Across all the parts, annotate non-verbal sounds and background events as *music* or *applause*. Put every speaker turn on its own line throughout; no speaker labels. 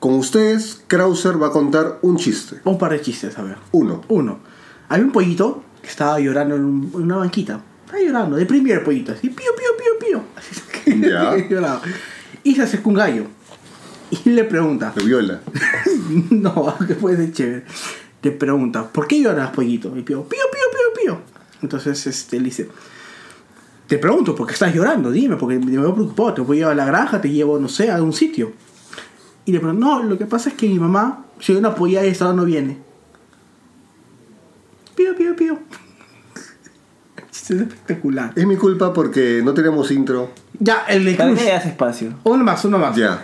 ustedes, Krauser va a contar un chiste.
Un par de chistes, a ver.
Uno.
Uno. Había un pollito que estaba llorando en, un- en una banquita. Estaba llorando, deprimido el pollito. Así, pío, pío, pío, *laughs* pío. Así que
Ya.
lloraba. Y se acerca un gallo. Y le pregunta.
Lo viola. *laughs*
*laughs* no, que puede ser chévere. Te pregunta, ¿por qué lloras, pollito? Y pío, pío, pío, pío, pío. Entonces este, le dice, te pregunto, ¿por qué estás llorando? Dime, porque me veo preocupado. Te voy a llevar a la granja, te llevo, no sé, a algún sitio. Y le pregunta, no, lo que pasa es que mi mamá, si yo no apoya, esta hora no viene. Pío, pío, pío. *laughs* Es espectacular.
Es mi culpa porque no tenemos intro.
Ya, el de
¿Para
Cruz.
qué le das espacio?
Uno más, uno más.
Ya.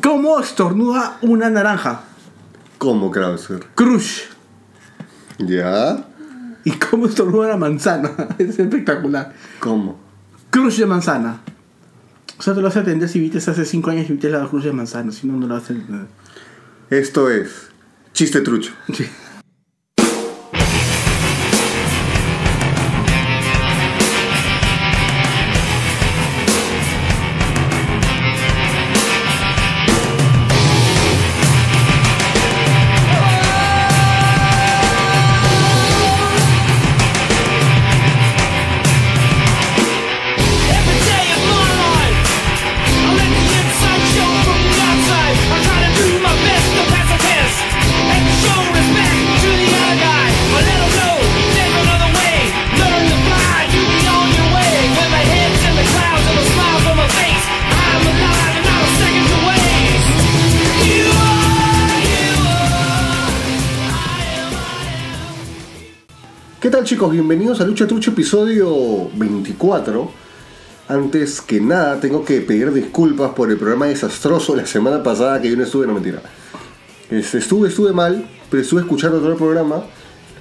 ¿Cómo estornuda una naranja?
¿Cómo, Krauser?
Cruz.
Ya.
¿Y cómo estornuda la manzana? *laughs* Es espectacular.
¿Cómo?
Cruz de manzana. O sea, te lo vas a entender si viste hace 5 años y viste la cruz de manzana, si no, no lo vas
*laughs*
a entender.
Esto es Chiste Trucho.
Sí.
Every day of my life, I let the inside show from the outside. I try to do my best to pass a test and show respect to the other guy. I let 'em know there's another way. Learn to fly, you be on your way. With my head's in the clouds and a smile on my face, I'm alive and not a second away. You are, you are.
¿Qué tal chicos? Bienvenidos a Lucha Trucho episodio 24. Antes que nada tengo que pedir disculpas por el programa desastroso de la semana pasada que yo no estuve, no mentira. Es- Estuve, estuve mal, pero estuve escuchando todo el programa.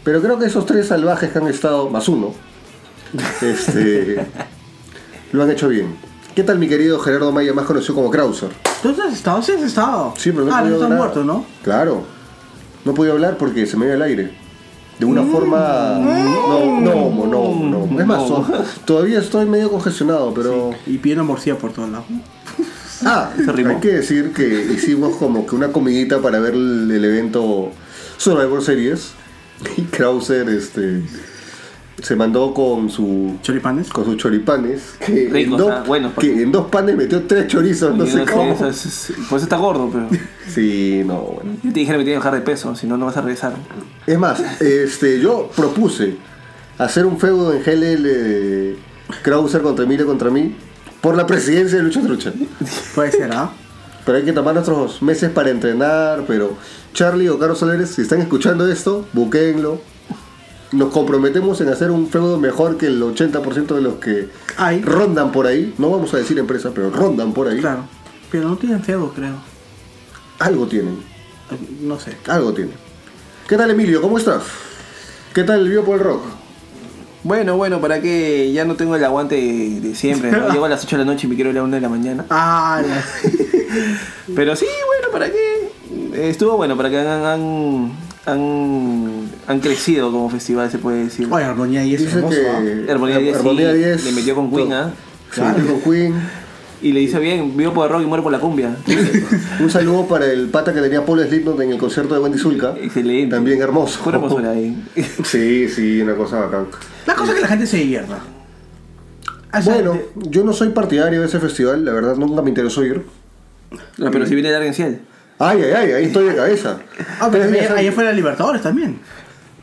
Pero creo que esos tres salvajes que han estado, más uno, este, lo han hecho bien. ¿Qué tal mi querido Gerardo Maya, más conocido como Krauser?
¿Tú has estado? Sí, has estado.
Sí, pero no he
ah, no
podido
estás
hablar.
muerto, ¿no?
Claro. No podía hablar porque se me iba el aire. De una
Mm.
forma. No, no, no,
Mm.
no. Es más,
No.
todavía estoy medio congestionado, pero.
Y pidiendo morcilla por todos lados.
Ah,
*laughs* Se rimó.
hay que decir que hicimos como que una comidita para ver el, el evento Survivor Series. *laughs* Y Krauser este, se mandó con su.
¿Choripanes?
Con sus choripanes, que, en
Ricos,
dos,
ah, buenos, por
que
favor.
en dos panes metió tres chorizos, no
Y
sé
no sé,
cómo.
eso es- es- por eso está gordo, pero.
Sí, no, bueno.
Yo te dijeron que tienes que bajar de peso, si no, no vas a regresar.
Es más, este, yo propuse hacer un feudo en GLL eh, Krauser contra Emilio contra mí por la presidencia de Lucha Trucha.
Puede ser, ¿ah?
Pero hay que tomar nuestros meses para entrenar, pero Charlie o Carlos Soleres, si están escuchando esto, buquéenlo. Nos comprometemos en hacer un feudo mejor que el 80% de los que
Ay.
rondan por ahí. No vamos a decir empresa, pero rondan por ahí.
Claro. Pero no tienen feo, creo.
Algo tienen,
No sé.
algo tienen. ¿Qué tal Emilio? ¿Cómo estás? ¿Qué tal el Vivo por el Rock?
Bueno, bueno, para que ya no tengo el aguante de, de siempre. ¿no? Llego a las 8 de la noche y me quiero ir a la 1 de la mañana.
Ah,
*laughs*
la-
Pero sí, bueno, ¿para qué? Eh, Estuvo bueno, para que han, han, han, han crecido como festival, se puede decir.
Oye, armonía y es
Dice
hermoso, ¿ah?
que
Armonía 10 sí, le metió con Queen,
to-
¿ah?
Sí, con Queen.
Y le dice bien, vivo por el rock y muero por la cumbia.
Un saludo para el pata que tenía Paul Slipknot en el concierto de Wendy Zulka.
Excelente.
También hermoso.
Pura hermosura ahí.
Sí, sí, una cosa bacán.
La cosa es que la gente se divierta. O sea,
Bueno, yo no soy partidario de ese festival, la verdad nunca me interesó ir.
No, pero si viene Darren Ciel.
Ay, ay, ay, ahí estoy de cabeza.
Ah,
Tres
pero
días
ayer, ayer
antes.
fue la Libertadores también.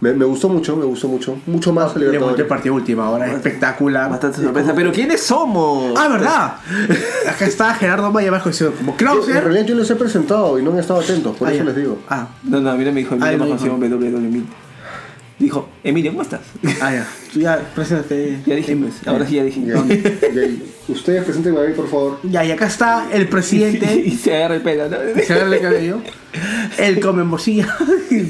me, me gustó mucho, me gustó mucho. Mucho más
Le monté
Libertadores.
el partido última hora, espectacular.
Bastante sorpresa. Pero ¿quiénes somos?
Ah, ¿verdad? Acá está Gerardo Maya abajo diciendo como
Yo- En
Krauser.
realidad yo les he presentado y no han estado atentos, por
Ah,
eso
ya.
les digo.
Ah,
No, no, a mí no me dijo
Ah,
Emilio,
no
más
dijo.
conocido como WWE. E". Dijo, Emilio, ¿cómo estás? *laughs*
ah, ya. Tú ya, preséntate.
Ya dije, pues, ahora sí ya dije.
Ya, *laughs* ya, ustedes presenten a mí, por favor.
Ya, y acá está el presidente.
*laughs*
*laughs*
Y se agarra el pelo, ¿no?
Se agarra el cabello. El comemosilla.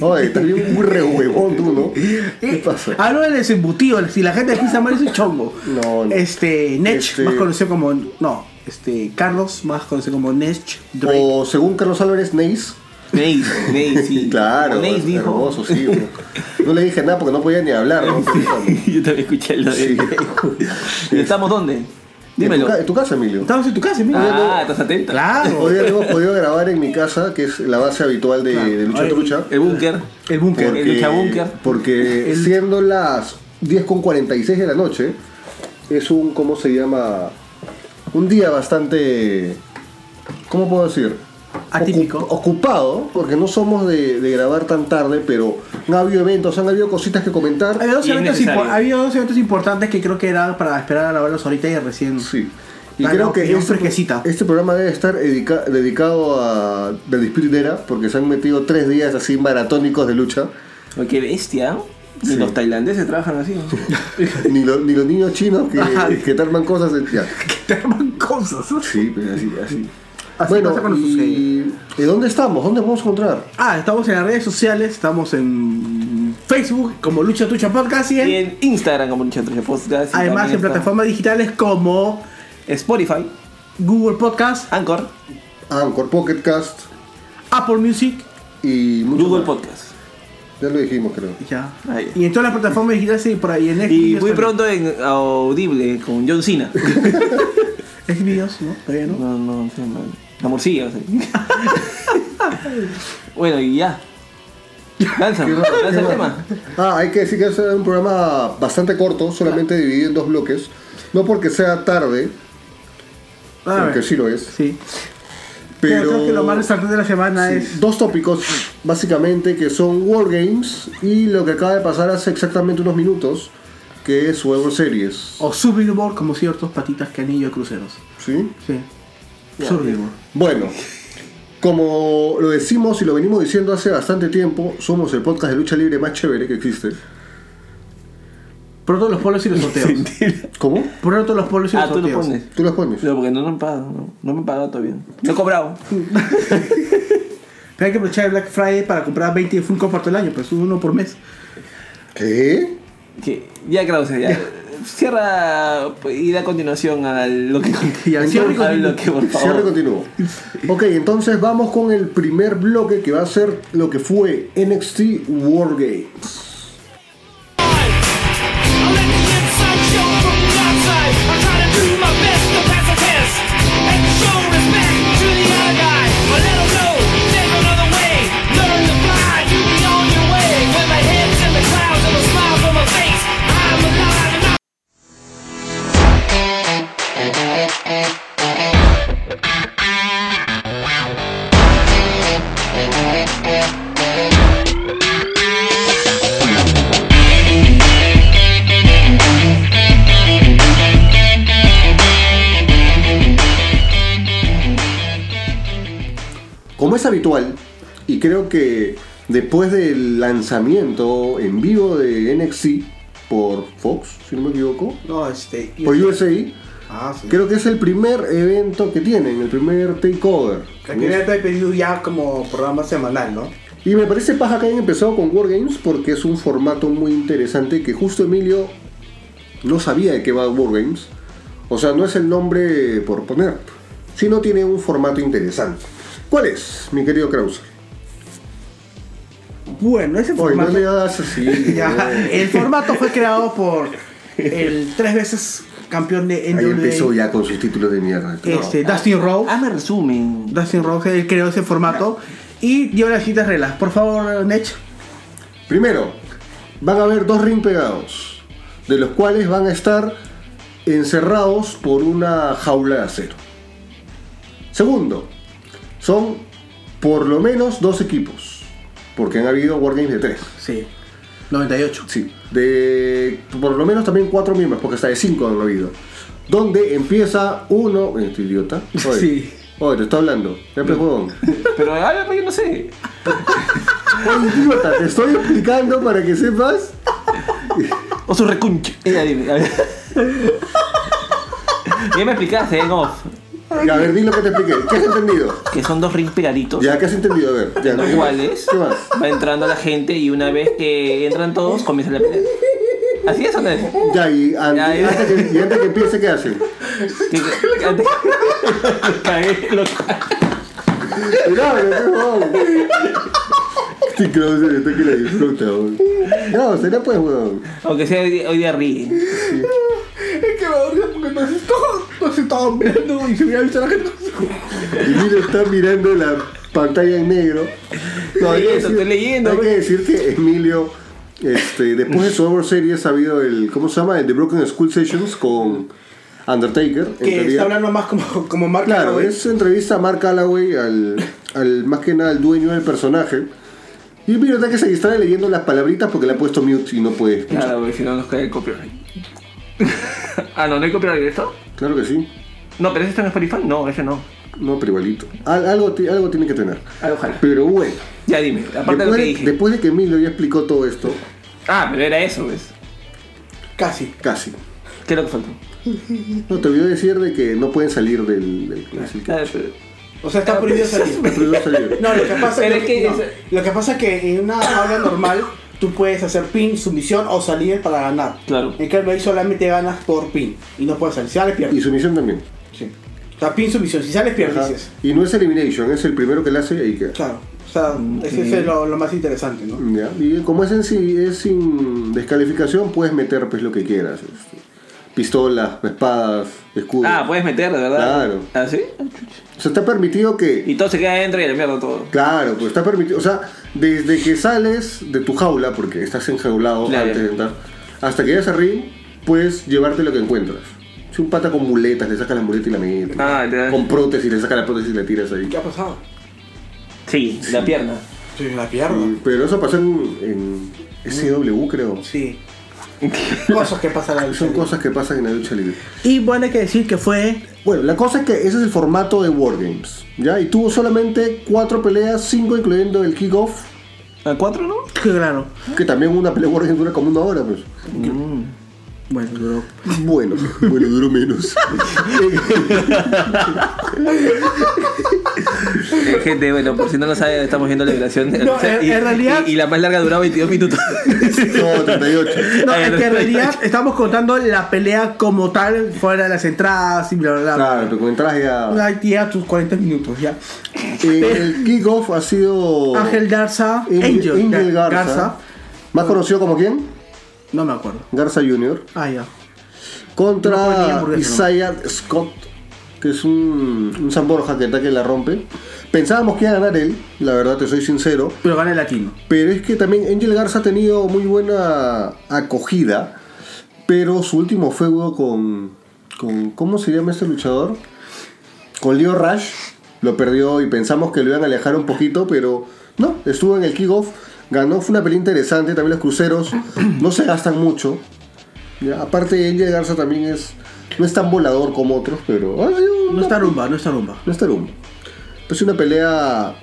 Oye, también un re huevón tú,
*laughs*
¿no?
Eh,
¿Qué pasa?
Hablo del desembutido. Si la gente aquí se llama es un chongo.
No, no.
Este, Nech,
Este-
más conocido como. No, este, Carlos, más conocido como Nech Drake.
O según Carlos Álvarez, Neis.
Neis, Neis, sí.
*laughs* Claro,
Neis dijo. *laughs*
hermoso, sí. bro. No le dije nada porque no podía ni hablar. ¿no?
Yo también escuché lo de.
Sí.
¿Y E. estamos dónde? Dímelo.
En tu, ca- en tu casa, Emilio.
Estabas en tu casa, mira.
Ah, estás atenta.
E. Claro.
Hoy hemos podido grabar en mi casa, que es la base habitual de, de Lucha
Ay,
Trucha.
El búnker.
El búnker.
Porque- Lucha Búnker.
porque siendo las 10.46 de la noche, es un, ¿cómo se llama? Un día bastante, ¿cómo puedo decir?
Atípico.
Ocu- ocupado, porque no somos de, de grabar tan tarde, pero han habido eventos, han habido cositas que comentar.
Había dos,
Y es
eventos
necesario.
impo- había dos eventos importantes que creo que eran para esperar a grabarlos ahorita y recién.
Sí. Y
Dale,
creo que
opinión
este,
fresquecita.
este programa debe estar dedica- dedicado a The Spirit Era, porque se han metido tres días así maratónicos de lucha.
Ay, Oh, Qué bestia. Ni Los tailandeses trabajan así.
*laughs* ni, lo- ni los niños chinos
*laughs*
que,
Ajá.
que te arman cosas. en- ya.
*laughs* Que te arman cosas.
Sí, pero así, así.
Así pasa cuando
y, ¿y dónde estamos? ¿Dónde podemos encontrar?
Ah, estamos en las redes sociales, estamos en Facebook como Lucha Tucha Podcast y en-
Y en Instagram como Lucha Trucha
además
Podcast. y también
en
está
plataformas digitales como
Spotify,
Google Podcast,
Anchor,
Anchor, Ah, Pocket Cast
Apple Music,
y mucho
Google
más.
Podcast.
Ya lo dijimos, creo.
ya.
Ahí.
y en todas las plataformas digitales y por ahí en este Xvideos
Y muy
también.
pronto en Audible con John Cena.
Xvideos, Este ¿no? Todavía no.
No, no, sí, no. La morcilla. o sea. *laughs* bueno, y ya. Lanza,
Qué raro,
lanza
qué
el
raro.
tema.
Ah, hay que decir que es un programa bastante corto, solamente dividido en dos bloques. No porque sea tarde,
Ah, A ver.
porque sí lo es,
Sí. Pero,
pero...
creo que lo más resaltante de la semana
Sí,
es
Dos tópicos, básicamente, que son Wargames y lo que acaba de pasar hace exactamente unos minutos, que es World Series.
o Survivor como ciertos patitas que han ido a cruceros.
¿Sí?
Sí. Survivor.
Bueno, como lo decimos y lo venimos diciendo hace bastante tiempo, somos el podcast de lucha libre más chévere que existe.
Pronto los polos y
*laughs*
los sorteos.
¿Cómo?
Pronto los polos y los
Ah, tú lo
sorteos.
pones.
¿Tú las pones?
No, porque no, no, me pagan, no, no me han pagado todavía. No he cobrado.
Pero hay que aprovechar el Black Friday para comprar 20 Funko por todo el año, pues uno por mes.
¿Qué?
Que- ya, Krause, ya. Cierra pues, y da continuación a lo que
*laughs* Y al cierre y
a lo que, por
Cierre y
favor.
continúo. Ok, entonces vamos con el primer bloque que va a ser lo que fue NXT Wargames.
I'm alive and I'm
Como es habitual, y creo que después del lanzamiento en vivo de NXT por Fox, si no me equivoco,
No, este.
por USA,
Ah, sí.
Pues creo que es el primer evento que tienen, el primer takeover.
he pedido ya como programa semanal, ¿no?
Y me parece paja que hayan empezado con Wargames porque es un formato muy interesante que justo Emilio no sabía de qué va Wargames. O sea, no es el nombre por poner, sino tiene un formato interesante. ¿Cuál es, mi querido Krauser?
Bueno, ese
Oye, no
formato. *laughs*
le hagas así.
Ya,
eh.
el formato fue creado
*laughs*
por el tres veces campeón de
Ahí empezó
NWA,
ya Ah. con sus títulos de mierda.
este, Dustin Rhodes.
Hazme resumen.
Dustin Rhodes, él creó ese formato y dio las siguientes reglas. Por favor, Nech.
Primero, van a haber dos ring pegados, de los cuales van a estar encerrados por una jaula de acero. Segundo, son por lo menos dos equipos, porque han habido wargames de tres.
Sí. 98.
Sí, de por lo menos también cuatro miembros, porque hasta de cinco han habido. Donde empieza uno. eh, Este idiota. Oye,
Sí.
Oye, te estoy hablando. Ya pues, huevón.
*laughs*
Pero habla, pues yo no sé.
Oye, idiota, te estoy explicando para que sepas.
O su *laughs* recunche. Ella dime. a ver. Ya me explicaste en off
Ya, a ver, di lo que te expliqué. ¿Qué has entendido?
que son dos rings pegaditos.
Ya, ¿qué has entendido? A ver, ya,
los
¿qué más?
cuales
¿Qué más?
va entrando la gente y una vez que entran todos comienza la pelea. Así es, ¿o no es? *laughs*
Ya, y an-
Ya, ya.
antes, que, y antes que empiece, ¿qué hacen?
Que- que- *laughs* Cagué, loco.
Grave, qué huevón. Sí, creo que está que la disfruta, weón. No, será pues, weón.
Aunque sea hoy día, hoy día ríe.
Es que me dolió porque nos, todos nos se estaba mirando y se hubiera visto la gente.
Y Miro está mirando la pantalla en negro. No, hay que
leyendo, estoy leyendo,
Hay que
ve.
decir que Emilio, este, después de su Over Series, ha habido el. ¿Cómo se llama? El The Broken School Sessions con Undertaker. en
Que
teoría.
está hablando más como, como Mark
Claro,
Calloway.
es entrevista a Mark Calloway, al, al más que nada al dueño del personaje. Y Miro está que se distrae leyendo las palabritas porque le ha puesto mute y no puede escuchar.
Claro, porque si no nos cae el copyright. *laughs* ah, no, no hay copyright de esto.
Claro que sí.
No, pero ese está en Spotify. No, ese no.
No, pero igualito. Al- algo, ti- algo tiene que tener.
Ah, ojalá.
Pero bueno,
Ya dime, aparte
después
de lo que
de,
dije.
después de que Emilio ya explicó todo esto,
Ah, pero era eso, ¿ves?
Casi.
casi.
¿Qué es lo que faltó?
No, te olvidó decir de que no pueden salir del... del, del-
Ah, pero-
O sea, está prohibido salir.
no pueden
*laughs*
salir.
No, lo que pasa
Pero
es
es
que,
que
no,
es-
lo que pasa es que en una tabla normal tú puedes hacer pin, sumisión o salir para ganar.
Claro.
En Callaway solamente ganas por pin y no puedes salir. Si sales
Y
pierdes.
su misión también.
Sí. O sea, pin, sumisión. Si sales pierdes.
Ajá.
dices.
Y no es Elimination, es el primero que la hace y que...
Claro. O sea, ese es lo, lo más interesante, ¿no?
Ya, Y como es en sí, es sin descalificación, puedes meter pues lo que quieras. este, Pistolas, espadas, escudos.
Ah, puedes meter, de verdad.
Claro.
¿Ah, sí?
O sea, está permitido que...
Y todo se queda adentro y la mierda todo.
Claro, pues está permitido. O sea, desde que sales de tu jaula, porque estás enjaulado
Claro.
antes de entrar, hasta que llegas al ring, puedes llevarte lo que encuentras. Si un pata con muletas, le saca la muleta y la mete.
Ah, ya.
Con prótesis, le saca la prótesis y la tiras ahí.
¿Qué ha pasado?
Sí, la pierna.
Sí, la pierna.
Pero eso pasó en, en SW, creo.
Sí. Cosas que pasan al
Son cosas que pasan en la lucha libre.
Y bueno, hay que decir que fue
Bueno, la cosa es que ese es el formato de Wargames. ¿ya? Y tuvo solamente cuatro peleas, cinco incluyendo el kickoff,
¿A cuatro, no?
claro.
que también una pelea de Wargames dura como una hora, pues.
Bueno, duró.
Bueno, *laughs* bueno, duró menos. *laughs*
Eh, gente, bueno, por si no lo saben, estamos viendo la vibración.
No, en- en realidad-
Y, y la más larga duraba 22 minutos.
No, 38.
No,
Ay,
es que en
no.
realidad estamos contando la pelea como tal, fuera de las entradas y bla, bla, bla.
Claro, te comentabas ya.
Una actividad tus 40 minutos ya.
Eh, el kickoff ha sido.
Ángel Garza,
Angel-
Angel,
Angel
Gar-
Oh. Garza. ¿Más conocido como quién?
No me acuerdo.
Garza Jr.
Ah, ya. No puedo ni
Contra
hamburguesa, ¿no?
Isaiah Scott, que es un, un San Borja que ataque la rompe. Pensábamos que iba a ganar él, la verdad, te soy sincero.
Pero gana el latino.
Pero es que también Angel Garza ha tenido muy buena acogida. Pero su último feudo con, con. ¿Cómo se llama este luchador? Con Leo Rush. Lo perdió y pensamos que lo iban a alejar un poquito, pero no, estuvo en el kickoff. Ganó, fue una pelea interesante. También los cruceros no se gastan mucho. Ya, aparte, Angel Garza también es. No es tan volador como otros, pero. ha sido
No
una
está rumba, no está rumba.
no está el humo. Pues una pelea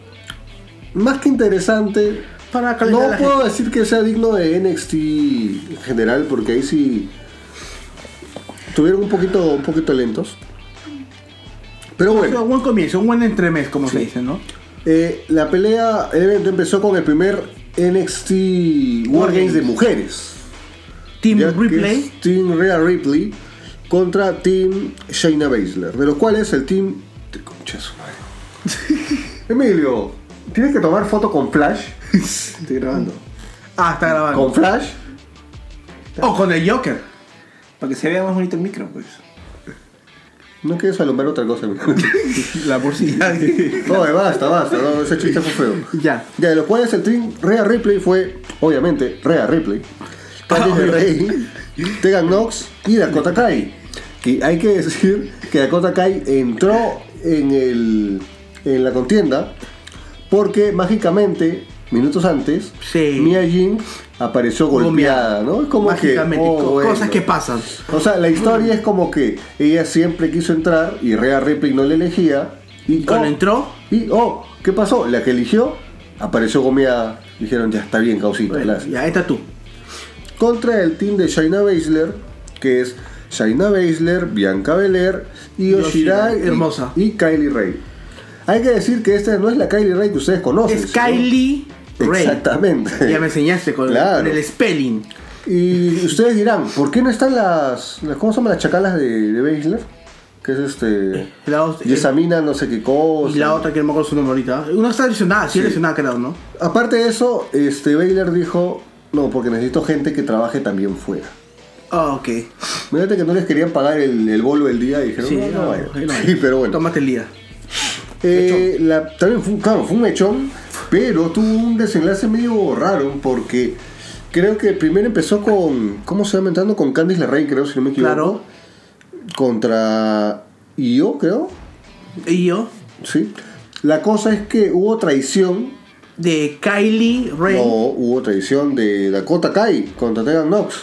más que interesante.
Para
No
calentar a la
puedo decir que sea digno de NXT en general, porque ahí sí estuvieron un poquito, un poquito lentos. Pero
Fue
bueno,
Un buen comienzo, un buen entremés, como se dice, ¿no?
eh, la pelea, el evento empezó con el primer NXT Wargames de mujeres.
Team
ya que
Replay.
es Team Rhea Ripley contra Team Shayna Baszler, de los cuales el Team. Te concha su madre.
*laughs*
Emilio, tienes que tomar foto con Flash. Estoy grabando.
Ah, está grabando.
Con Flash.
O con el Joker.
Para que se vea más bonito el micro, pues.
No quieres alumbrar otra cosa, Emilio.
*laughs* La bolsilla.
*laughs* No, eh, basta, basta. no, ese chiste fue feo.
*laughs* ya.
Ya, de los cuales el Team Rhea Ripley fue, obviamente, Rhea Ripley,
Ah,
Candice Rey, Tegan Knox y Dakota Kai. Que hay que decir que Dakota Kai entró en, el, en la contienda porque mágicamente, minutos antes,
Sí.
Mia Jin apareció golpeada, ¿no? Es como
Mágicamente,
que,
co-
oh,
cosas
bueno.
que pasan.
O sea, la historia es como que ella siempre quiso entrar y Rhea Ripley no le elegía. Y
Cuando
oh,
entró,
y, oh, ¿qué pasó? La que eligió apareció comida. Dijeron, ya está bien, causita. la hace".
ya está tú.
Contra el team de Shaina Baszler, que es Shaina Baszler, Bianca Belair, y
Yoshirai,
Oshirai y-
hermosa.
y Kylie Ray. Hay que decir que esta no es la Kylie Ray que ustedes conocen.
Es
sino-
Kylie Ray.
Exactamente.
Ya me enseñaste con,
Claro.
con el spelling.
Y ustedes dirán, ¿por qué no están las, las- ¿cómo se llaman las chacalas de, de Baszler? Que es este...
Eh, La os-
Yesamina, no sé qué cosa.
Y la otra que no me acuerdo su nombre ahorita. Una está lesionada, sí, lesionada, creo, ¿no?
Aparte de eso, este Baylor dijo, no, porque necesito gente que trabaje también fuera.
Ah, ok.
Mírate que no les querían pagar el, el bolo del día y dijeron,
Sí,
no, no,
ah,
vaya.
ahí lo
*laughs* Sí,
hay.
pero bueno.
Tómate el día.
Eh, la- también fue, un- claro, fue un mechón, pero tuvo un desenlace medio raro porque creo que primero empezó con, ¿cómo se va aumentando? Con Candice LeRae, creo, si no me equivoco.
Claro.
Contra Io, creo.
Y yo,
Sí. La cosa es que hubo traición.
de Kylie Ray.
No,
No.
hubo traición de Dakota Kai contra Tegan Knox.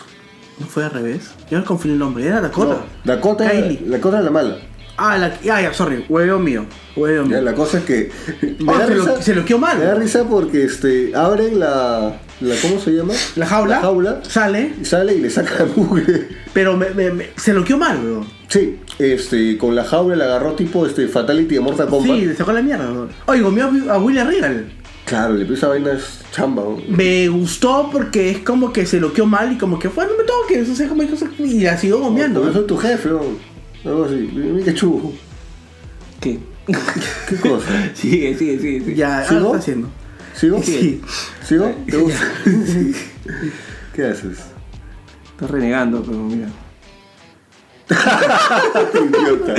fue al revés? Yo no confío en el nombre. Era Dakota.
No, Dakota, era-
Kylie.
Dakota era la mala.
Ah, la, ah, ya, sorry. Huevo mío. Huevo
Ya,
mío.
la cosa es
*laughs*
que. me
Ah,
da
se, lo,
risa-
se lo quedó
Me da
mal.
risa porque este, abren la, la. ¿Cómo se llama?
La jaula.
La jaula.
Sale.
Y sale y le saca la mugre.
Pero me, me, me- se lo quedó mal, weón.
*laughs* Sí, este, con la jaula la agarró tipo este, Fatality de Mortal Kombat.
Sí, le sacó la mierda. weón. Oye, comió a a William Regal.
Claro, le puse vaina es chamba. ¿no?
Me gustó porque es como que se lo quedó mal y como que fue, no me toques. O sea, como que- y la siguió comiendo.
Porque soy tu jefe, ¿no? Algo así. Mira qué chulo.
*laughs* ¿Qué?
*laughs*
¿Qué cosa?
*laughs* Sigue, sigue, sigue. sigue.
Ya, ah,
¿Sigo?
está haciendo.
¿Sigo?
Sí. *laughs*
¿Sigo? ¿Te gusta? *laughs* ¿Qué haces? *laughs*
Estás renegando, pero mira.
Idiota.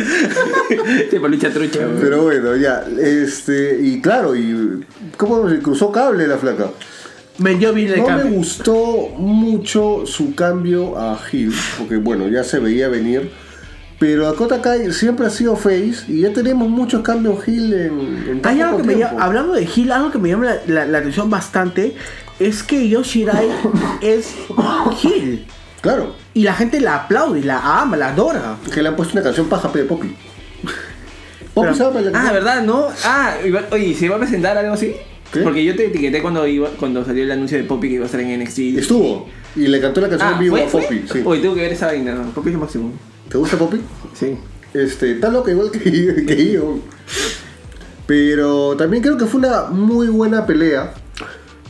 Este palucha trucha, weón.
Pero bueno, ya. Este, y claro, y. ¿Cómo se cruzó cable la flaca?
Me, yo vi el
No me
cambio.
gustó mucho su cambio a Hill, porque bueno, ya se veía venir. Pero Dakota Kai siempre ha sido face y ya tenemos muchos cambios Hill en, en tan
Hay algo
poco
que me
tiempo.
llama- hablando de Gil, algo que me llama la, la- la atención bastante es que Yoshirai
*laughs*
es Gil.
Claro,
Y la gente la aplaude, la ama, la adora.
que le han puesto una canción paja pe, de Poppy. Poppy
Pero-
sabe la
Ah, ¿verdad? ¿No? Ah, iba- oye, ¿se va a presentar algo así?
¿Qué?
Porque yo te etiqueté cuando, iba, cuando salió el anuncio de Poppy que iba a estar en NXT.
Estuvo y le cantó la canción
Ah,
en vivo
¿fue?
a Poppy.
¿fue?
sí.
Oye, tengo que ver esa vaina. ¿no? Poppy es el máximo.
¿Te gusta Poppy?
Sí.
Este, está loca igual que, *laughs* que yo. Pero también creo que fue una muy buena pelea.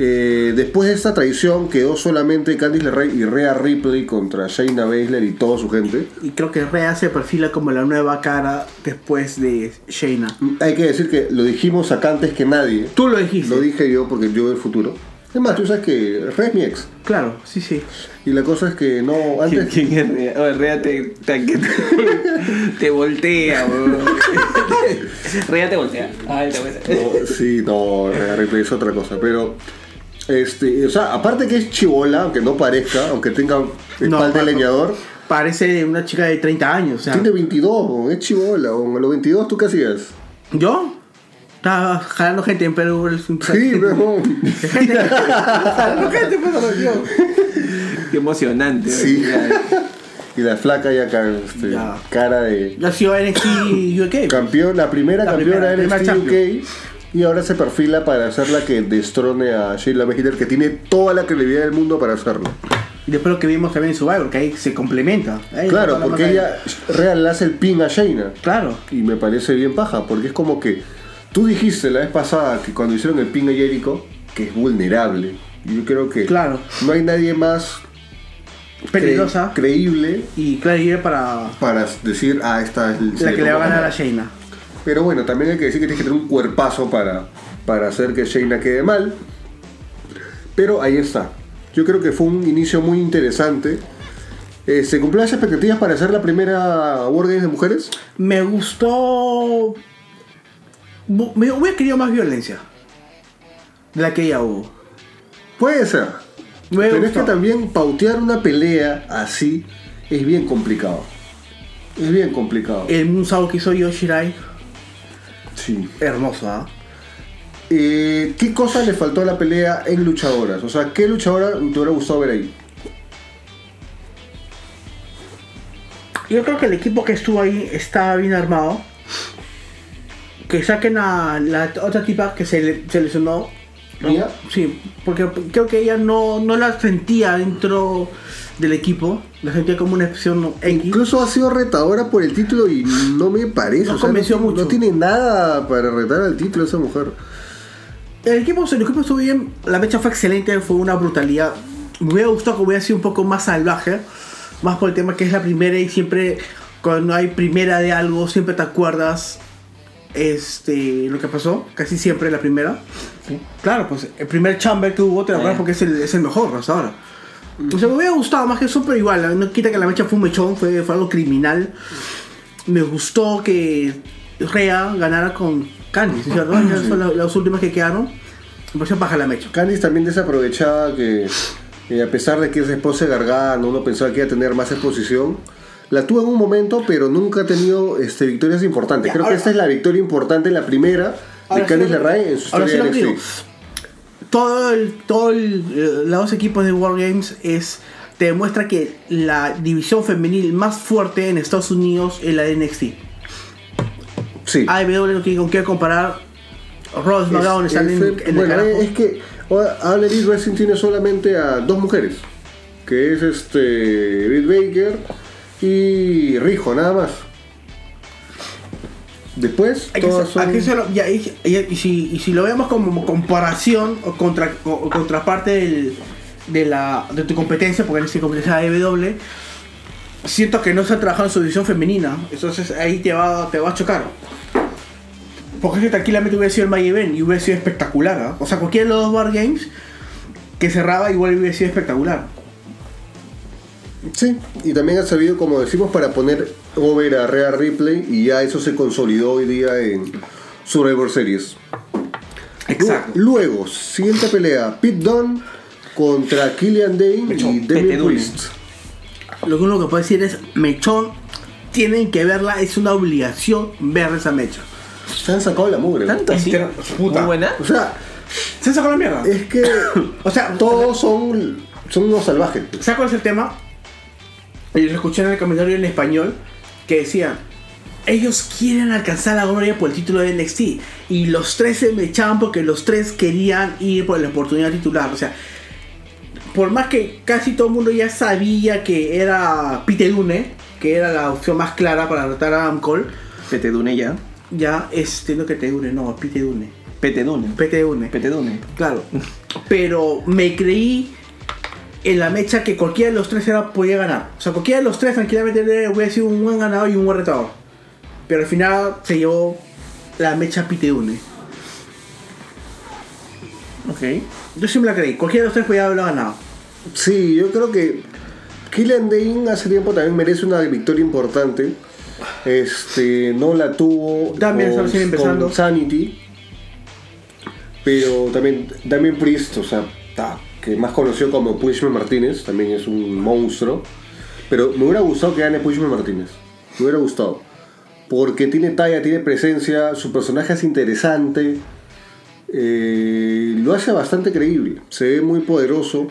Eh, después de esta traición quedó solamente Candice LeRae y Rhea Ripley contra Shayna Baszler y toda su gente.
Y creo que Rhea se perfila como la nueva cara después de Shayna.
Hay que decir que lo dijimos acá antes que nadie.
Tú lo dijiste.
Lo dije yo porque yo veo el futuro. Es más, tú sabes que Rhea es mi ex.
Claro, sí, sí.
Y la cosa es que no,
¿Quién,
antes...
quién es Rea? Oye, Rea te, te, *laughs* te- te voltea, weón. Rea te voltea. Ay, te voy a hacer.
No, sí, no, Rhea Ripley es otra cosa, pero... Este, o sea, aparte que es chivola, aunque no parezca, aunque tenga espalda de
pa-
leñador,
Parece una chica de 30 años. O sea,
Tiene 22, weón, es chivola. weón. A los 22, ¿tú qué hacías?
¿Yo? Estaba jalando gente en Perú. el-
Sí, weón.
Gente-
*laughs*
jalando gente, pues, a los tíos.
Qué emocionante.
Sí.
weón.
Y la flaca ya, ca- este,
Ya.
cara de
Yo he sido NXT UK.
campeón, la primera
La
campeona
primera,
de NXT
primera
UK. Y ahora se perfila para ser la que destrone a Sheila Baszler, que tiene toda la credibilidad del mundo para hacerlo.
Y después lo que vimos también en Survivor, que ahí se complementa. Ahí
claro,
está la
porque
marca
ella real le hace el pin a Shayna.
de- Claro.
Y me parece bien paja, porque es como que tú dijiste la vez pasada que cuando hicieron el pin a Jericho, que es vulnerable. Y Yo creo que
Claro.
no hay nadie más cre-
Peligrosa.
creíble
y claro, y era para
para decir, ah, esta es
la que le va a ganar a Shayna.
Pero bueno, también hay que decir que tienes que tener un cuerpazo para, para hacer que Shayna quede mal. Pero ahí está. Yo creo que fue un inicio muy interesante. Eh, ¿Se cumplieron las expectativas para hacer la primera World Games de mujeres?
Me gustó. Bu- Me hubiera querido más violencia. De la que ella hubo.
Puede ser.
Me
Pero es
gustó.
que también pautear una pelea así es bien complicado. Es bien complicado.
El Moonsault que hizo Yoshirai,
Sí.
hermoso, ¿ah?
Eh, ¿Qué cosa le faltó a la pelea en luchadoras? O sea, ¿qué luchadora te hubiera gustado ver ahí?
Yo creo que el equipo que estuvo ahí estaba bien armado. Que saquen a la otra tipa que se, le- se lesionó.
¿Mía?
Sí, porque creo que ella no, no la sentía dentro del equipo. La sentía como una expresión X.
Incluso ha sido retadora por el título y no me parece.
No
o sea,
convenció
no, tiene-
mucho.
No tiene nada para retar al título esa mujer.
El equipo, el equipo estuvo bien, la mecha fue excelente, fue una brutalidad. Me hubiera gustado que hubiera sido un poco más salvaje, más por el tema que es la primera y siempre cuando hay primera de algo, siempre te acuerdas este, lo que pasó, casi siempre la primera. Claro, pues el primer chamber que hubo, te lo acuerdas
Ah, ya.
porque es el, es el mejor hasta ahora. O sea, me hubiera gustado más que eso, pero igual, no quita que la mecha fue un mechón, fue, fue algo criminal. Me gustó que Rea ganara con Candice, ¿cierto? Esas son las, las últimas que quedaron. Me pareció paja la mecha.
Candice también desaprovechaba que, eh, a pesar de que es esposa de Gargano, uno pensaba que iba a tener más exposición. La tuvo en un momento, pero nunca ha tenido este, victorias importantes.
Ya,
Creo
ahora-
que esta es la victoria importante, la primera
Ahora
de
sí
Candice
lo-
LeRae en su
ahora sí
historia
lo
de
digo.
NXT. este,
Todo el, todo el, eh, los dos equipos de War Games es, te demuestra que la división femenil más fuerte en Estados Unidos es la de NXT.
Sí.
AEW no tiene con qué comparar. Raw SmackDown
Es-
están en,
es-
en el
bueno,
carajo.
es que ahora ahora Elite Wrestling tiene solamente a dos mujeres, que es este Britt Baker y Rijo, nada más. Después,
Hay que
todas
ser-
son-
hay que ser- ya, y, y- y si, y si lo vemos como comparación o, contra, o- o contraparte del- de, la, de tu competencia, porque en este competencia AEW, E siento que no se ha trabajado en su división femenina. Entonces ahí te va, te va a chocar. Porque es que tranquilamente hubiera sido el May Event y hubiera sido espectacular. ¿ah? O sea, cualquiera de los dos War Games que cerraba igual hubiera sido espectacular.
Sí, y también ha sabido, como decimos, para poner over a Rhea Ripley y ya eso se consolidó hoy día en Survivor Series. Lu- Luego, siguiente pelea, Pete Dunne contra Killian Dane y
Pete
Demi
Dunne.
Priest.
Lo que uno que puede decir es, mechón, tienen que verla, es una obligación ver esa mecha.
Se han sacado la mugre.
¿Tanto así?
Pero, puta.
¿Muy buena?
O sea,
¿Se sacó la mierda?
Es
*coughs*
que.
O sea,
todos son. Son unos salvajes.
¿Sabes cuál es el tema? Yo lo escuché en el comentario en español que decía, ellos quieren alcanzar la gloria por el título de NXT y los tres se mechaban porque los tres querían ir por la oportunidad titular. O sea, por más que casi todo el mundo ya sabía que era Pete Dune, que era la opción más clara para derrotar a Adam Cole,
Pete Dune ya.
ya este no que te une, no, Pete Dune,
Pete Dune.
Pete Dune.
Pete Dune.
Claro. Pero me creí en la mecha que cualquiera de los tres era, podía ganar. O sea, cualquiera de los tres tranquilamente hubiera sido un buen ganador y un buen retador. Pero al final se llevó la mecha Pite Dune.
Ok.
Yo siempre la creí. Cualquiera de los tres podía haberlo ganado.
Sí, yo creo que. Killian Dane hace tiempo también merece una victoria importante. Este. No la tuvo.
Damian está recién empezando.
con Sanity. Pero también. Damien Priest, o sea, ta, que más conocido como Punchman Martínez. También es un monstruo. Pero me hubiera gustado que gane Punchman Martínez. Me hubiera gustado. Porque tiene talla, tiene presencia, su personaje es interesante. eh, lo hace bastante creíble. Se ve muy poderoso.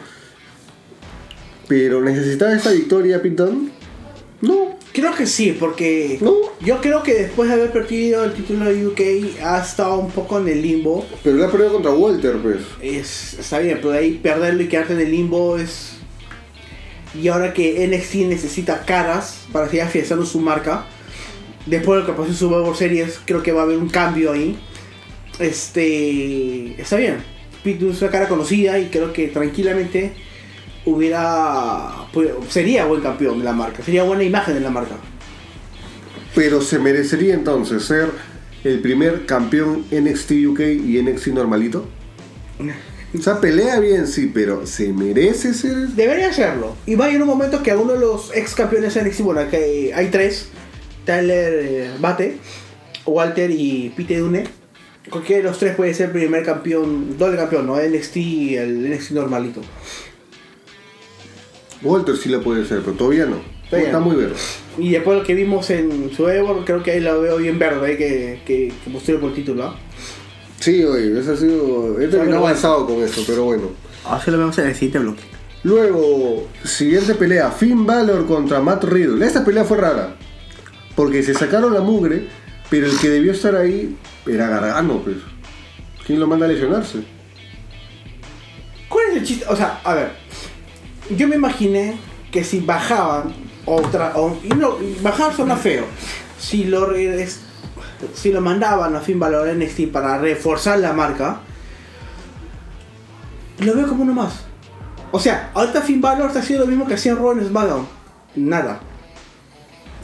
Pero necesitaba esta victoria, Pinton. No.
Creo que sí, porque
No.
yo creo que después de haber perdido el título de UK ha estado un poco en el limbo.
Pero la perdido contra Walter, pues.
Es- está bien, pero de ahí perderlo y quedarte en el limbo es. Y ahora que NXT necesita caras para seguir afianzando su marca, después de lo que pasó en Survivor Series, creo que va a haber un cambio ahí. Este. Está bien. Pete Dunne es una cara conocida y creo que tranquilamente hubiera. pues, sería buen campeón de la marca, sería buena imagen de la marca.
Pero se merecería entonces ser el primer campeón NXT UK y NXT normalito. O sea, pelea bien, sí, pero ¿se merece ser
Debería hacerlo. Y va a llegar un momento que a uno de los ex campeones de NXT, bueno, que hay tres, Tyler eh, Bate, Walter y Pete Dune. Cualquiera de los tres puede ser primer campeón, doble campeón, ¿no? NXT y el NXT normalito.
Walter sí la puede ser, pero todavía no.
Todavía
está
no.
muy verde.
Y después lo que vimos en Survivor, creo que ahí la veo bien verde, ¿eh? que, que, que postuló por el título, ¿ah?
Sí, oye, ese ha sido. He terminado
bueno.
avanzado con eso, pero bueno.
Así Ah, lo vemos en el siguiente bloque.
Luego, siguiente pelea: Finn Balor contra Matt Riddle. Esta pelea fue rara. Porque se sacaron la mugre, pero el que debió estar ahí era Gargano, pues. ¿Quién lo manda a lesionarse?
¿Cuál es el chiste? O sea, a ver. Yo me imaginé que si bajaban otra. O, y no, bajar suena feo. Si lo, regres- si lo mandaban a Finn Balor a NXT para reforzar la marca, lo veo como uno más. O sea, ahorita Finn Balor está haciendo lo mismo que hacía Raw en SmackDown. Nada.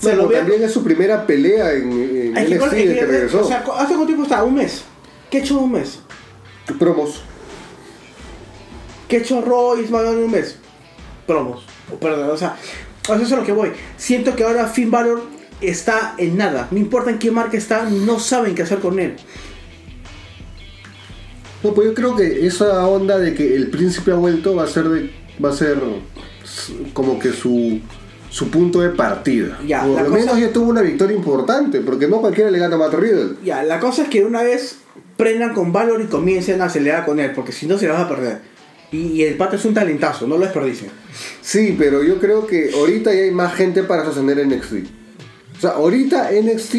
Se
Bueno,
lo veo-
también es su primera pelea en, en
Hay que-
NXT
hay
desde
que-
que regresó.
o sea, ¿cu- ¿hace cuánto tiempo está? ¿Un mes? ¿Qué ha hecho un mes?
Promos.
¿Qué ha hecho Raw y SmackDown en un mes? promos. O, Perdón, o sea, o sea, eso es a lo que voy. Siento que ahora Finn Balor está en nada. No importa en qué marca está, no saben qué hacer con él.
No, pues yo creo que esa onda de que el príncipe ha vuelto va a ser de, va a ser s- como que su su punto de partida.
Ya,
Por
la
lo
cosa-
menos ya tuvo una victoria importante, porque no cualquiera le gana a Matt Riddle.
Ya, la cosa es que una vez prendan con Valor y comiencen a acelerar con él, porque si no se la vas a perder. Y, y el pato es un talentazo, no lo desperdicien.
Sí, pero yo creo que ahorita ya hay más gente para sostener NXT. O sea, ahorita NXT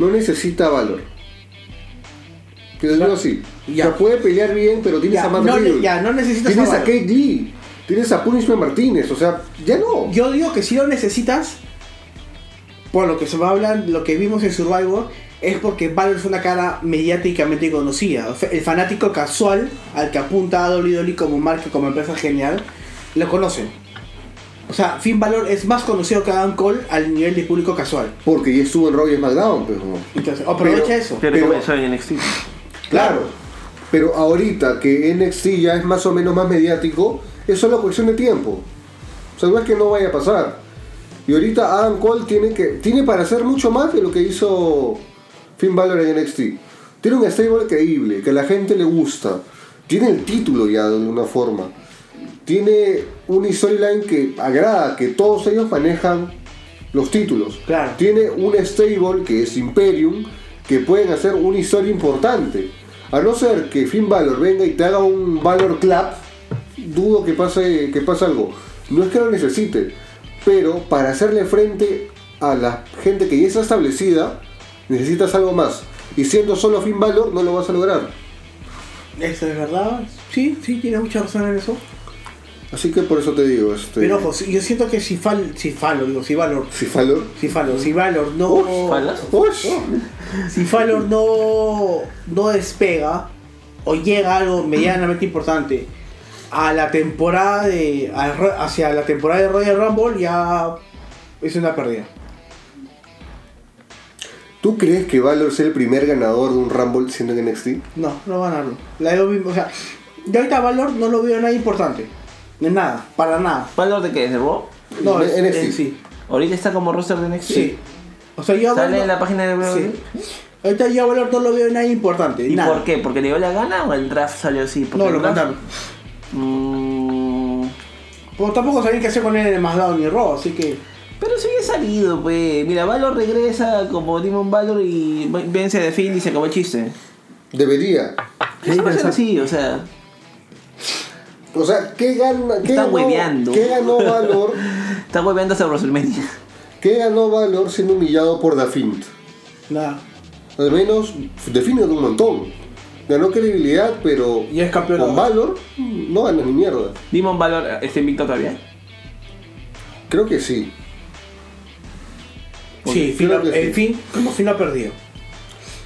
no necesita valor. Te lo digo así.
Ya.
O sea, puede pelear bien, pero tienes
Ya,
a Matt
no ne-
Riddle.
ya, no necesitas
Tienes
a
a,
Balor.
Kate Lee. Tienes a Punishment Martínez. O sea, ya no.
Yo digo que si lo necesitas, por lo que se va a hablar, lo que vimos en Survivor, es porque Valor es una cara mediáticamente conocida. O sea, El fanático casual al que apunta a WWE como marca, como empresa genial, lo conocen. O sea, Finn Valor es más conocido que Adam Cole al nivel de público casual.
Porque ya estuvo en Raw y SmackDown, pero...
Entonces, aprovecha
Pero-
eso.
Pero
Pero-
comenzó en NXT.
Claro. Pero ahorita que NXT ya es más o menos más mediático, es solo cuestión de tiempo. O sea, no es que no vaya a pasar. Y ahorita Adam Cole tiene que tiene para hacer mucho más de lo que hizo Finn Balor en NXT. Tiene un stable creíble, que a la gente le gusta. Tiene el título ya de alguna forma. Tiene un storyline que agrada, que todos ellos manejan los títulos.
Claro.
Tiene un stable que es Imperium, que pueden hacer una historia importante. A no ser que Finn Balor venga y te haga un Valor Clap, dudo que pase, que pase algo. No es que lo necesite, pero para hacerle frente a la gente que ya está establecida, necesitas algo más. Y siendo solo Finn Balor no lo vas a lograr.
Eso es verdad. Sí, sí, tienes mucha razón en eso.
Así que por eso te digo, este.
Pero ojo, si- yo siento que si Fal, si Falo, digo, si Valor,
si Balor.
si Falo, si Valor no.
Uy,
¿Falas?
Ush.
Oh. si Fallon no, no despega o llega a algo medianamente importante a la temporada de al ro- hacia la temporada de Royal Rumble ya es una pérdida.
¿Tú crees que Valor sea el primer ganador de un Rumble siendo en NXT?
No, no van a ganarlo. La veo bien- o sea, de ahorita Valor no lo veo nada importante. De nada, para nada.
¿Valor de qué? ¿De Raw?
No,
De
es,
NXT.
es- sí.
Ahorita está como roster de NXT.
Sí. O sea, yo a
¿Sale
Valor-
en la página de WWE?
Sí. Ahorita yo a Valor no lo veo nada importante.
¿Y
nada.
por qué? ¿Porque le dio la gana o el draft salió así? Porque
No,
el
lo
draft-
mandaron.
Mm,
Pues tampoco sabían qué hacer con él en el Down ni Raw, así que.
pero si hubiera salido, pues. Mira, Valor regresa como Demon Valor y vence de Finn y se acabó el chiste.
Debería.
Eso va a ser así, o sea.
O sea, ¿qué, gana, qué,
Está
ganó,
hueveando.
¿qué ganó Valor?
Está hueveando hasta WrestleMania.
¿Qué ganó Valor siendo humillado por Dafint?
Nada.
Al menos define un montón. Ganó credibilidad, pero
Y es campeón
con
ahora.
Valor no ganas ni mierda.
Demon Valor está invicto todavía.
Creo que sí.
Sí,
Creo
Finn lo-
que sí.
el fin, como fin lo ha perdido.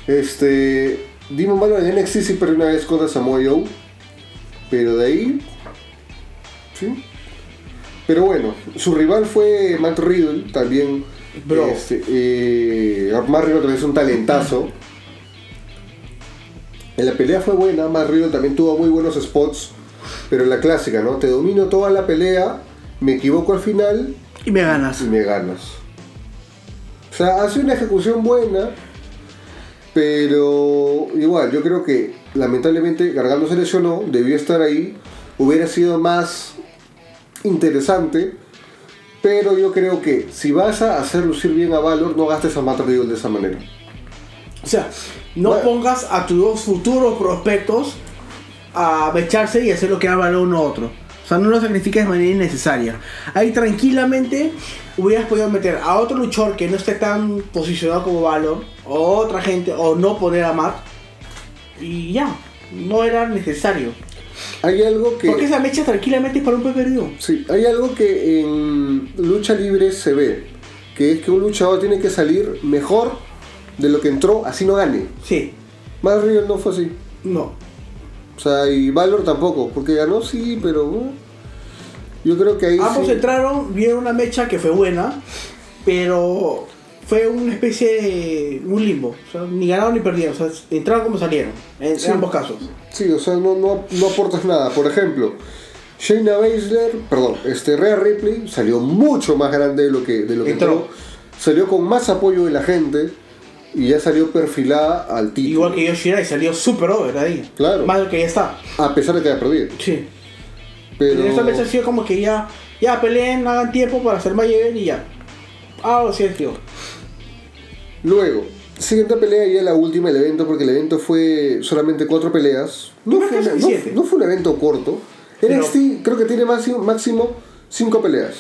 Este. Demon Valor en NXT sí perdió una vez contra Samoa Joe. Pero de ahí. Sí. Pero bueno, su rival fue Matt Riddle, también.
Bro.
Este, eh, Matt Riddle también es un talentazo. En la pelea fue buena, Matt Riddle también tuvo muy buenos spots. Pero la clásica, ¿no? Te domino toda la pelea, me equivoco al final
Y me ganas.
y me ganas. O sea, hace una ejecución buena, pero igual, yo creo que lamentablemente Gargano se lesionó, debió estar ahí, hubiera sido más interesante, pero yo creo que si vas a hacer lucir bien a Valor, no gastes a Matt Riddle de esa manera.
O sea, no
Bueno.
pongas a tus dos futuros prospectos a mecharse y hacer lo que haga el uno a otro. O sea, no lo sacrifiques de manera innecesaria. Ahí tranquilamente hubieras podido meter a otro luchador que no esté tan posicionado como Valor, o otra gente, o no poner a Matt. Y ya, no era necesario.
Hay algo que...
Porque esa mecha tranquilamente es para un pay per view.
Sí, hay algo que en lucha libre se ve, que es que un luchador tiene que salir mejor de lo que entró, así no gane.
Sí,
Matt Riddle no fue así.
no.
O sea, y Valor tampoco, porque ganó sí, pero uh, yo creo que ahí
Ambos
sí.
entraron, vieron una mecha que fue buena, pero fue una especie de un limbo. O sea, ni ganaron ni perdieron. O sea, entraron como salieron, en, en
Sí.
ambos casos.
Sí, o sea, no, no, no aportas nada. Por ejemplo, Shayna Baszler, perdón, este Rhea Ripley salió mucho más grande de lo que, de lo que
Entró.
Salió con más apoyo de la gente y ya salió perfilada al título.
Igual que Yoshirai salió super over ahí.
Claro.
Más de lo que ya está.
A pesar de que haya perdido.
Sí.
Pero...
En esta vez ha sido como que ya, ya peleen, hagan tiempo para hacer más lleven y ya. Ah, lo siento.
Luego, siguiente pelea y ya la última del evento, porque el evento fue solamente cuatro peleas. No,
Yo creo
fue,
que
una-
es
no-
suficiente.
no fue un evento corto.
Pero-
NXT creo que tiene máximo, máximo cinco peleas.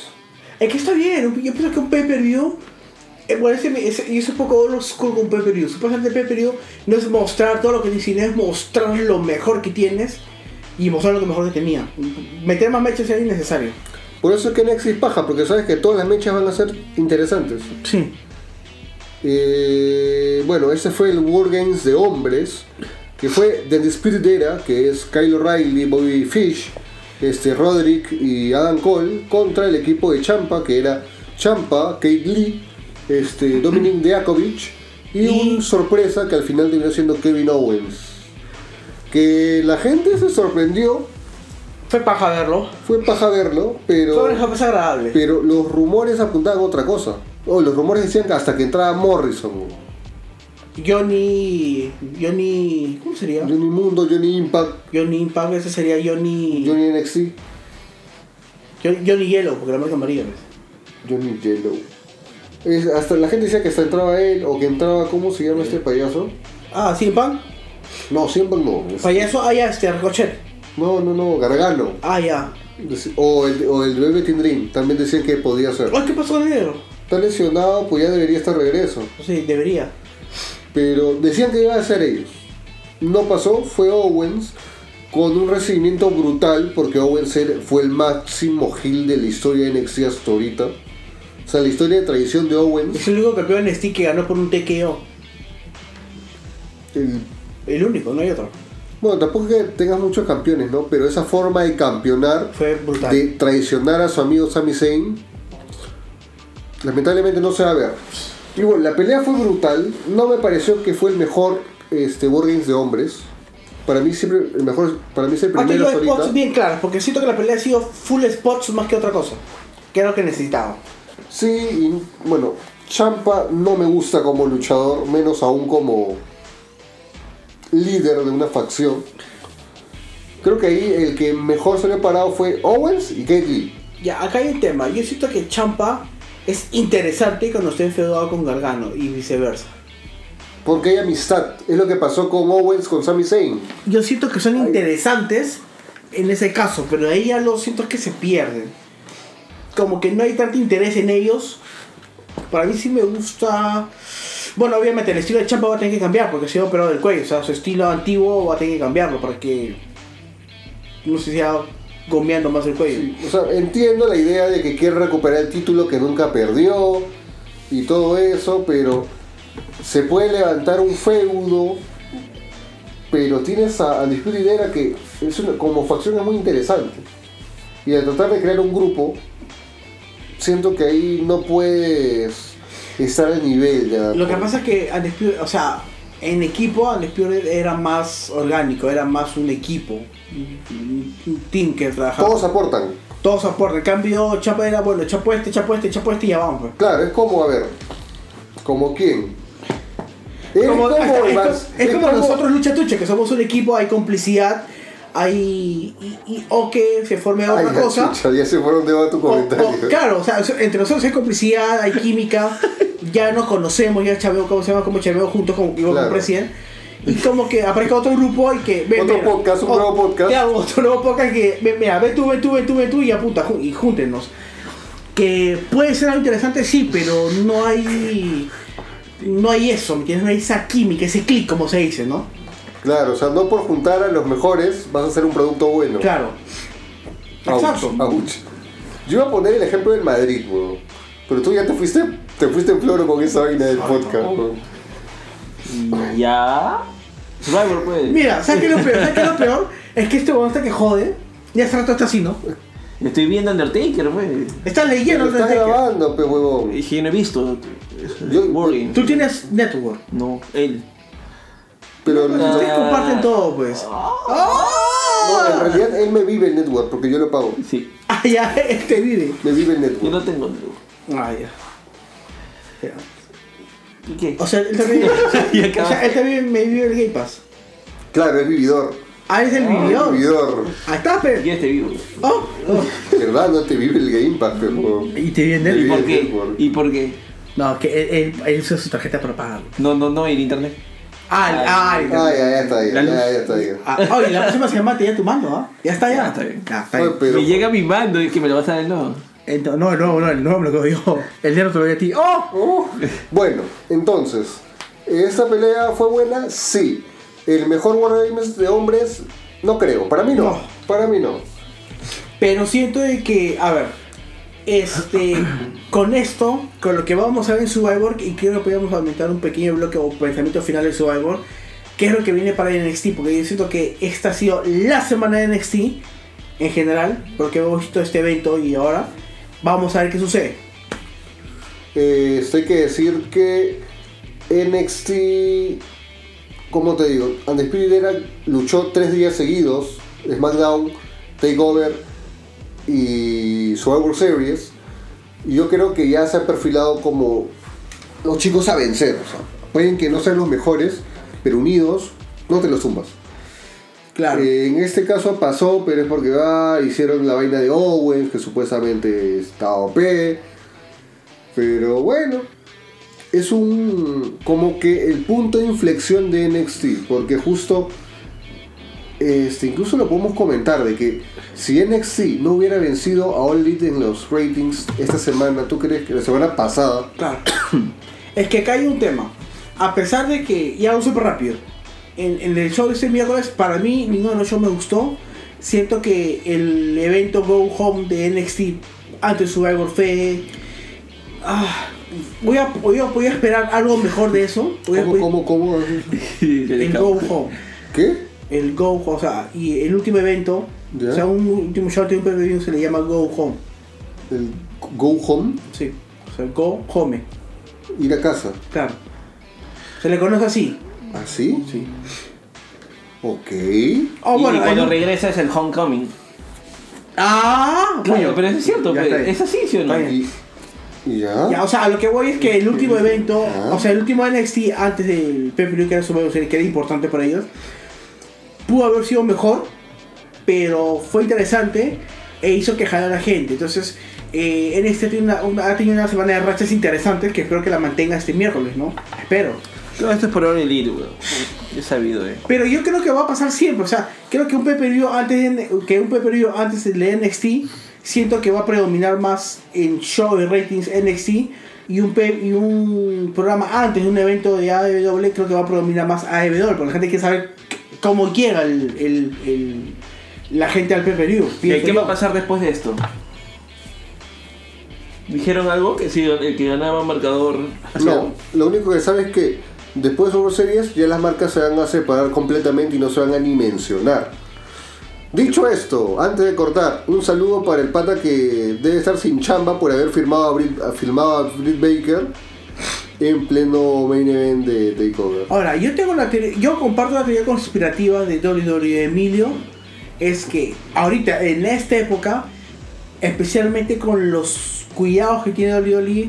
Es que está bien, yo pienso que un pay-per-view. eh, Bueno, ese, ese- yo soy un poco old school con pay-per-view. Supuestamente pay-per-view no es mostrar todo lo que tienes, sino es mostrar lo mejor que tienes y mostrar lo que mejor que tenía. Meter más mechas era innecesario.
Por eso es que NXT es paja, porque sabes que todas las mechas van a ser interesantes.
Sí.
Eh, bueno, ese fue el War Games de hombres, que fue The Spirit Era, que es Kyle O'Reilly, Bobby Fish, este, Roderick y Adam Cole, contra el equipo de Champa, que era Champa, Kate Lee, este, Dominic Diakovic y, un sorpresa que al final terminó siendo Kevin Owens. Que la gente se sorprendió,
Fue paja verlo.
fue paja verlo,
Fue
pero,
una cosa agradable.
pero los rumores apuntaban a otra cosa. O los rumores decían que hasta que entraba Morrison.
Johnny. Johnny. ¿Cómo sería?
Johnny Mundo, Johnny Impact,
Johnny Impact, ese sería Johnny. Johnny,
Johnny NXT,
Johnny Yellow, porque la marca amarilla. ¿ves?
Johnny Yellow. Es- hasta la gente decía que hasta entraba él o que entraba, ¿cómo se llama este payaso?
Ah, ¿sí, pan?
No, siempre no. es-
Payaso, ah, ya, este, Ricochet.
No, no, no, Gargano.
Ah, ya.
Deci- O el, o el bebé Tindrin, también decían que podía ser.
Ay, ¿Qué pasó con el negro?
Está lesionado, pues ya debería estar de regreso.
Sí, debería.
Pero decían que iban a ser ellos. No pasó, fue Owens con un recibimiento brutal porque Owens era- fue el máximo heel de la historia de NXT hasta ahorita. O sea, la historia de tradición de Owens.
Es el único campeón en Steam que ganó por un TKO.
el-
El único, no hay otro.
bueno, tampoco es que tengas muchos campeones, ¿no? Pero esa forma de campeonar,
Fue brutal.
de traicionar a su amigo Sami Zayn, lamentablemente no se va a ver. Y bueno, la pelea fue brutal. No me pareció que fue el mejor este, Wargames de hombres. Para mí siempre, el mejor, para mí es el
Ha
primero
tenido
hasta
spots
ahorita.
bien claros, porque siento que la pelea ha sido full spots más que otra cosa. Que era lo que necesitaba.
Sí, y bueno, Champa no me gusta como luchador, menos aún como líder de una facción. Creo que ahí el que mejor salió parado fue Owens y Kate Lee.
Ya, acá hay un tema. Yo siento que Champa es interesante cuando está enfeudado con Gargano y viceversa.
Porque hay amistad. Es lo que pasó con Owens con Sami Zayn.
Yo siento que son interesantes en ese caso, pero de ahí ya lo siento que se pierden. Como que no hay tanto interés en ellos. Para mí sí me gusta. Bueno, obviamente el estilo de Champa va a tener que cambiar porque ha sido operado del cuello. O sea, su estilo antiguo va a tener que cambiarlo para que no se siga gomeando más el cuello.
O sea, entiendo la idea de que quiere recuperar el título que nunca perdió y todo eso, pero se puede levantar un feudo. Pero tienes a, a Undisputed Era que es una- como facción es muy interesante. Y al tratar de crear un grupo, siento que ahí no puedes estar al nivel de
Lo que pasa es que Undisputed- o sea, en equipo Undisputed era más orgánico, era más un equipo, un un team que trabajaba.
Todos aportan.
Todos aportan. En cambio, Chapa era bueno, chapo este, chapo este, chapo este y ya vamos. pues.
Claro, es como, a ver, como quién. Es
Como-
como,
hasta- es
Vans-
co- es como nosotros Lucha Tucha, que somos un equipo, hay complicidad, hay. y- y- o que se forme
Ay,
otra
la
cosa.
chucha, ya se fueron de va tu
o- o-
comentario.
claro, o sea, entre nosotros hay complicidad, hay química, ya nos conocemos, ya chaveo, ¿cómo se llama? Como chaveo juntos con igual
Claro.
con recién. Y como que aparezca otro grupo y que. ve,
Otro
mira,
podcast, un
o-
nuevo podcast.
Claro, otro nuevo podcast que. ve, Mira, ve tú, ve tú, ve tú, ve tú y apunta, ju- y júntenos. que puede ser algo interesante, sí, pero no hay. No hay eso, ¿me entiendes? No hay esa química, ese clic, como se dice, ¿no?
Claro, o sea, no por juntar a los mejores vas a hacer un producto bueno.
Claro.
Ouch,
Exacto.
ouch. Yo iba a poner el ejemplo del Madrid, weón. Pero tú ya te fuiste, te fuiste en floro con esa vaina del podcast, weón.
Ya. Survivor, pues.
Mira, ¿sabes qué es lo peor? ¿Sabes qué es lo peor? Es que este huevón está que jode. Y hace rato está así, ¿no?
Estoy viendo Undertaker, pues.
Está
Pero
leyendo
estás
desde que-
grabando, pe huevón.
Es que no he visto.
Yo-
Wargame.
Tú tienes network.
No, él.
Pero
Ustedes comparten todo, pues.
No, en realidad él me vive el network porque yo lo pago.
Sí,
Ah, ya, *laughs* este vive.
Me vive el
yo
network.
no tengo Network.
Ah, ya. Ya.
¿Y qué?
O sea, él también,
Y
o
acá-
sea, él también me vive el Game Pass.
Claro, es vividor.
Ah, es el video.
Vividor.
Ahí está,
Y
pero.
este vivo.
Oh, oh.
¿Verdad? No te vive el Game Pass, pero.
Y te viene.
¿Y
Sí,
por
el
qué?
network.
¿Y por qué?
No, que él, él- él usa su tarjeta para pagar.
No, no, no, y el internet.
Ah,
Ah,
el- ah,
ya, ya está ahí. Ya,
La luz.
ya está ahí.
Ah, oye, la próxima semana te ya tu mando, ¿ah? Ya está, ya.
Ya, está bien.
ya, está
Oye,
bien.
pero-
Me llega mi mando y es que me lo vas a dar no.
Ento- no, el nuevo, no, el nuevo me lo quedo yo. El negro te lo doy a ti. ¡Oh!
Oh, Bueno, entonces, ¿esta pelea fue buena? Sí. ¿El mejor Wargames de hombres? No creo. Para mí no.
No.
Para mí no.
Pero siento de que, a ver, este, con esto, con lo que vamos a ver en Survivor, y creo que podríamos aumentar un pequeño bloque o pensamiento final de Survivor, que es lo que viene para NXT, porque yo siento que esta ha sido la semana de NXT en general, porque hemos visto este evento y ahora vamos a ver qué sucede.
Eh, esto hay que decir que NXT, ¿cómo te digo? Undisputed Era luchó tres días seguidos, SmackDown, Takeover y Survivor Series. Y yo creo que ya se ha perfilado como los chicos a vencer. O sea, pueden que no sean los mejores, pero unidos no te los zumbas.
Claro.
Eh, en este caso pasó, pero es porque ah, hicieron la vaina de Owens, que supuestamente está OP. Pero bueno, es un. como que el punto de inflexión de NXT, porque justo. Este, incluso lo podemos comentar de que si NXT no hubiera vencido a All Elite en los ratings esta semana, ¿tú crees que la semana pasada?
Claro. *coughs* es que acá hay un tema. A pesar de que, ya lo súper rápido, en, en el show de este miércoles, para mí ninguno de los shows me gustó. Siento que el evento Go Home de NXT antes de Survivor fue. ah, voy, a, voy, a, voy a esperar algo mejor de eso. Voy a-
¿Cómo,
voy-
cómo, cómo?
el Go Home.
¿Qué?
El Go Home, o sea, y el último evento,
Ya.
o sea, un último show de un pay-per-view se le llama Go Home.
¿El go home?
Sí, o sea, Go Home,
¿Ir a casa?
claro. Se le conoce así.
¿Así?
Sí.
Ok.
Oh,
y
bueno,
cuando
hay-
regresa es el homecoming.
Ah,
Claro,
bueno.
pero eso es cierto,
Ya
pe.
está ahí.
es así, ¿sí o no?
Está bien.
Y, y ya.
Ya, o sea, a lo que voy es que el último evento,
Ah.
o sea, el último NXT antes del pay que era su series, que era importante para ellos, pudo haber sido mejor, pero fue interesante e hizo que jalara a la gente. Entonces, eh, NXT tiene una- una- ha tenido una semana de rachas interesantes que espero que la mantenga este miércoles, ¿no? Espero.
Todo esto es por ahora elite, weón. Yo he sabido, eh.
Pero yo creo que va a pasar siempre, o sea, creo que un pay-per-view antes de, N- que un pay-per-view antes de NXT siento que va a predominar más en show y ratings NXT y un pay- y un programa antes de un evento de AEW creo que va a predominar más AEW, porque la gente quiere saber c- cómo llega el, el- el- la gente al pay-per-view.
¿Y
pienso
qué
yo.
va a pasar después de esto? ¿Dijeron algo? Que si el que ganaba marcador.
pues,
No, lo único que sabes es que después de Survivor Series ya las marcas se van a separar completamente y no se van a ni mencionar. Dicho esto, antes de cortar, un saludo para el pata que debe estar sin chamba por haber firmado a Britt, a- filmado a Britt Baker en pleno main event de Takeover.
Ahora, yo tengo la teoría- yo comparto la teoría conspirativa de WWE Emilio, es que ahorita, en esta época, especialmente con los cuidados que tiene WWE,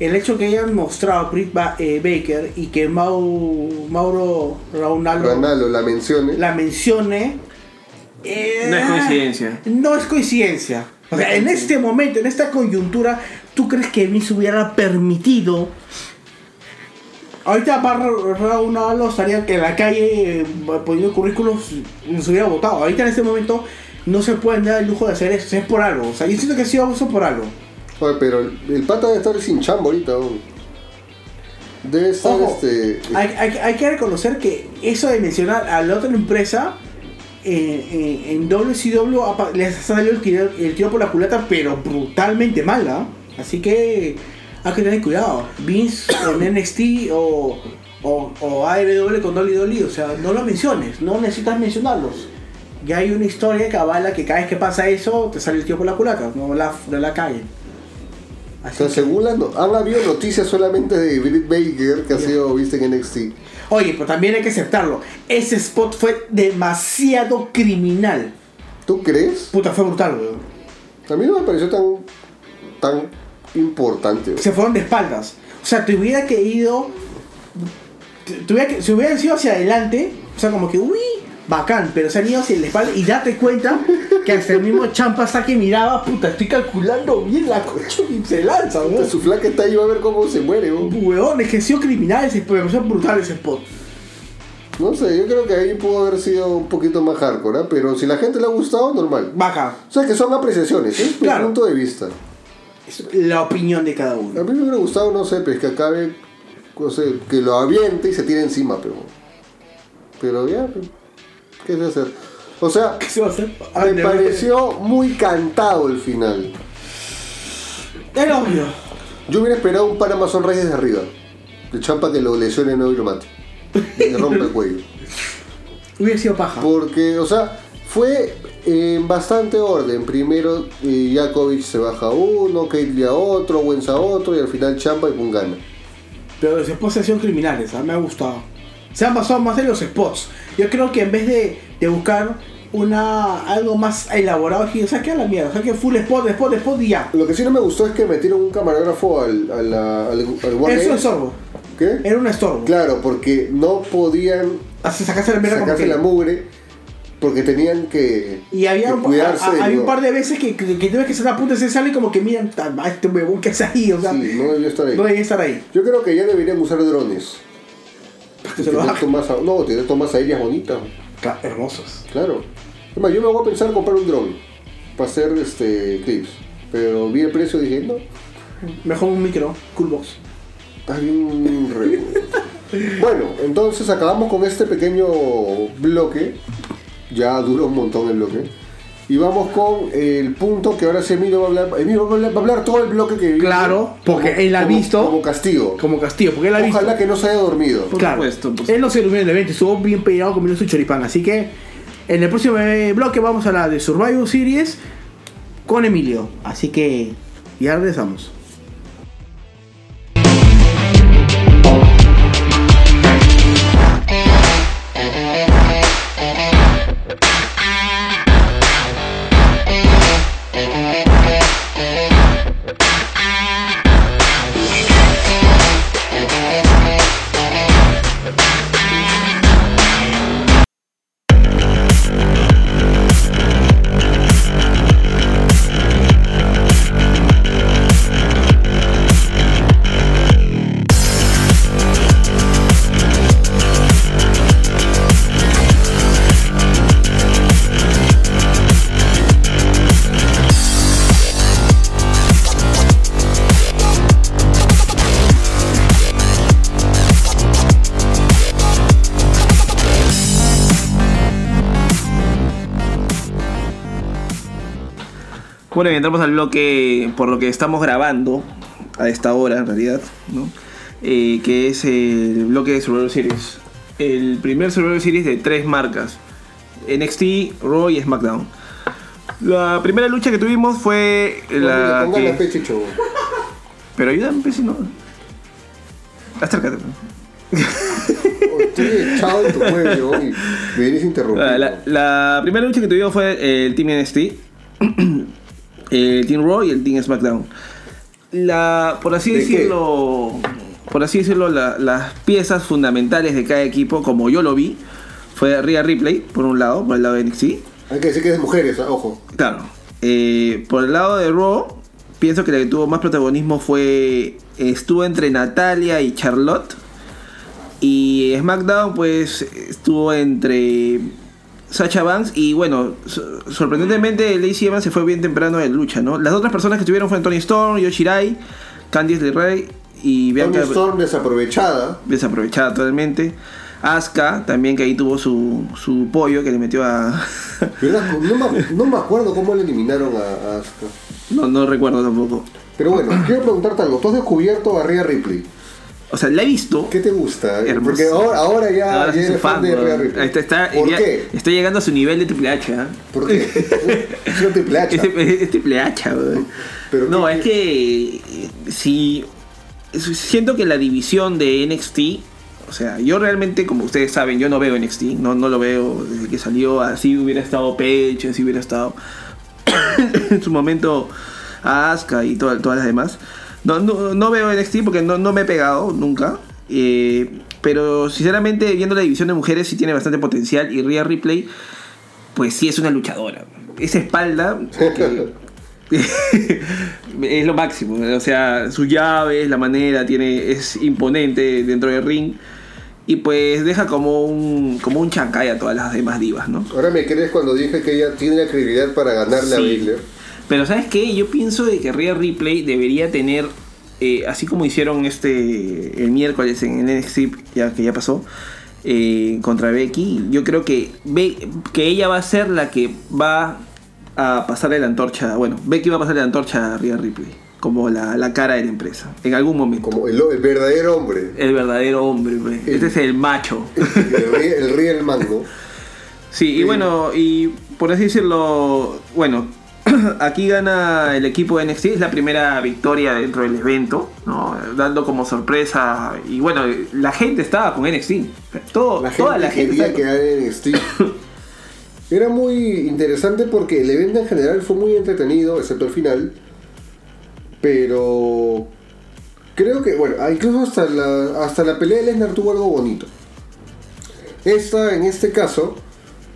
el hecho que hayan mostrado a Britt Ba- eh, Baker y que Mau- Mauro Raunalo
Ranalo, la mencioné.
la mencione, eh,
No es coincidencia.
No es coincidencia. O sea, en este momento, en esta coyuntura, ¿tú crees que Vince hubiera permitido? Ahorita para Raúl Ábalos estaría que en la calle eh, poniendo currículos nos hubiera votado. Ahorita en este momento no se pueden dar el lujo de hacer eso. O sea, es por algo. O sea, yo siento que ha sido abuso por algo.
Oye, pero el, el pata debe estar sin chamba ahorita. aún. Debe estar
Ojo,
este.
hay, hay- hay que reconocer que eso de mencionar a la otra empresa eh, eh, en WCW ha pa- les ha salido el tiro, el tiro por la culata, pero brutalmente mala. Así que hay que tener cuidado. Vince con NXT o, o, o AEW con Dolly Dolly, o sea, no lo menciones, no necesitas mencionarlos. Ya hay una historia que avala que cada vez que pasa eso te sale el tiro por la culata, no la, no la caguen.
Así
sea,
que-
según las no- han habido noticias solamente de Britt Baker que ha sido vista en NXT.
Oye, pero también hay que aceptarlo. Ese spot fue demasiado criminal.
¿Tú crees?
Puta, fue brutal, weón.
A mí no me pareció tan, tan importante.
Se fueron de espaldas. O sea, te hubiera que ido. te- te hubiera que, se hubieran ido hacia adelante. O sea, como que, uy, bacán. Pero se han ido hacia la espalda. Y date cuenta que hasta el mismo champa hasta que miraba, puta, estoy calculando bien la coche y se lanza, weón.
Su flaca está ahí va a ver cómo se muere. ¿no?
Weón, es que ha sido criminal ese spot. Me pareció brutal ese spot.
No sé, yo creo que ahí pudo haber sido un poquito más hardcore, ¿ah? pero si la gente le ha gustado, normal.
Bacán.
O sea que son apreciaciones, es mi
Claro.
punto de vista.
Es la opinión de cada
A
uno.
mí me hubiera gustado, no sé, pues que acabe, no sé, que lo aviente y se tire encima, pero. Pero ya, pues, ¿qué se va a hacer? O sea,
¿Qué se va a hacer? A
me
ver,
pareció muy cantado el final.
Era obvio.
Yo hubiera esperado un Paramazon Reyes desde arriba. De champa que lo lesione no y lo mate. Y le
*laughs*
rompe el cuello.
Hubiera sido paja.
Porque, o sea, fue en bastante orden. Primero eh, Jakovic se baja a uno, Caitlyn a otro, Wentz a otro y al final Champa y Pum gana.
Pero los spots han sido criminales, ¿ah? me ha gustado. Se han basado más en los spots. Yo creo que en vez de, de buscar una algo más elaborado, dije, saqué a la mierda, saqué full spot, spot, spot y ya.
Lo que sí no me gustó es que metieron un camarógrafo al, a la- al, al guardia.
Eso es sorbo.
¿Qué?
Era un estorbo.
Claro, porque no podían
Así sacarse la mierda como
sacarse
que-
la mugre porque tenían que,
Y había,
que
un,
cuidarse.
a- a- había
¿no?
un par de veces que, que, que tienes que ser a punto y se sale como que miran "Tan, a este huevón que es ahí, o sea,
Sí, no debió estar ahí.
no debía estar ahí.
Yo creo que ya deberían usar drones.
Que se lo
Tener
bajan.
tomas a- no, tener tomas aéreas bonitas.
Claro, hermosos.
Claro. Es más, yo me voy a pensar en comprar un dron para hacer este clips. Pero vi el precio y dije, no,
Mejor un micro, cool box.
está bien re- Bueno, entonces acabamos con este pequeño bloque. Ya duró un montón el bloque. Y vamos con el punto que ahora sí Emilio va a hablar. Emilio va a hablar, va a hablar todo el bloque que
Claro, porque
como-
él ha
como-
visto-
Como castigo.
Como Castillo, porque él ha visto.
Ojalá que no se haya dormido.
Por
claro,
supuesto, por
él no se durmió en el evento, estuvo bien peinado comiendo su choripán. Así que en el próximo eh, bloque vamos a la de Survival Series con Emilio. Así que ya regresamos.
Bueno, y entramos al bloque por lo que estamos grabando a esta hora, en realidad, ¿no? Eh, que es el bloque de Survivor Series. El primer Survivor Series de tres marcas: NXT, Raw y SmackDown. La primera lucha que tuvimos fue la.
Pongan
que-
la fecha, chavo.
Pero ayúdame, pues, si no. Acércate. pues.
Estoy echado de tu cuello y me vienes interrumpiendo.
La, Ah, la- la primera lucha que tuvimos fue eh, el Team NXT, *clears throat* el Team Raw y el Team SmackDown. La, por así
¿De
decirlo, por así decirlo, la- las piezas fundamentales de cada equipo, como yo lo vi, fue Rhea Ripley por un lado, por el lado de NXT,
Hay que decir que es de mujeres, ah, ojo.
Claro. Eh, por el lado de Raw, pienso que la que tuvo más protagonismo fue. Estuvo entre Natalia y Charlotte. Y SmackDown, pues, estuvo entre Sacha Banks. Y bueno, so- sorprendentemente, Lacey Evans se fue bien temprano de lucha, ¿no? Las otras personas que estuvieron fueron Tony Storm, Yoshirai, Candice LeRae y
Tony
Bianca
Storm desaprovechada.
desaprovechada totalmente. Asuka también, que ahí tuvo su, su pollo que le metió a. *laughs*
¿Verdad? No me, no me acuerdo cómo le eliminaron a, a Asuka.
no, no recuerdo tampoco.
*clears throat* Pero bueno, quiero preguntarte algo. ¿Tú has descubierto a Rhea Ripley?
O sea, la he visto.
¿Qué te gusta?
Hermosa.
Porque ahora, ahora ya,
Ahora
ya
soy
eres
su
fan de
weón.
Rhea Ripley.
Ahí está, está,
¿Por
ya-
qué?
está llegando a su nivel de Triple H. ¿ah?
¿Por qué?
*laughs*
Es una triple hacha.
Es, es- es Triple H, weón.
Pero
No,
qué-
es que eh, si siento que la división de NXT, o sea, yo realmente, como ustedes saben, yo no veo NXT, no, no lo veo desde que salió, así hubiera estado Page, así hubiera estado *laughs* en su momento Asuka y toda- todas las demás. No, no, no veo NXT porque no, no me he pegado nunca. eh, pero sinceramente, viendo la división de mujeres, sí tiene bastante potencial. Y Rhea Ripley, pues sí es una luchadora. Esa espalda que- *laughs* es lo máximo. O sea, su llave, la manera, tiene, es imponente dentro del ring. Y pues deja como un, como un chancay a todas las demás divas, ¿no?
*laughs* Ahora me crees cuando dije que ella tiene la credibilidad para ganarle a
Sí.
Bigler.
Pero ¿sabes qué? Yo pienso de que Rhea Ripley debería tener, eh, así como hicieron este el miércoles en el NXT, ya que ya pasó, eh, contra Becky, yo creo que, Be- que ella va a ser la que va a pasarle la antorcha, bueno, Becky va a pasarle la antorcha a Rhea Ripley, como la, la cara de la empresa, en algún momento.
Como el, el verdadero hombre.
*laughs* El verdadero hombre, pues. este es el macho.
El, rey- el real mango.
Sí, y bueno, y por así decirlo, bueno, *clears throat* aquí gana el equipo de NXT, es la primera victoria dentro del evento, ¿no? Dando como sorpresa, y bueno, la gente estaba con NXT, todo,
La
toda
gente
la gente
quería
estaba con-
quedar en Steve.
*laughs*
Era muy interesante porque el evento en general fue muy entretenido, excepto el final. Pero creo que, bueno, ah, incluso hasta la, hasta la pelea de Lesnar tuvo algo bonito. Esta, en este caso,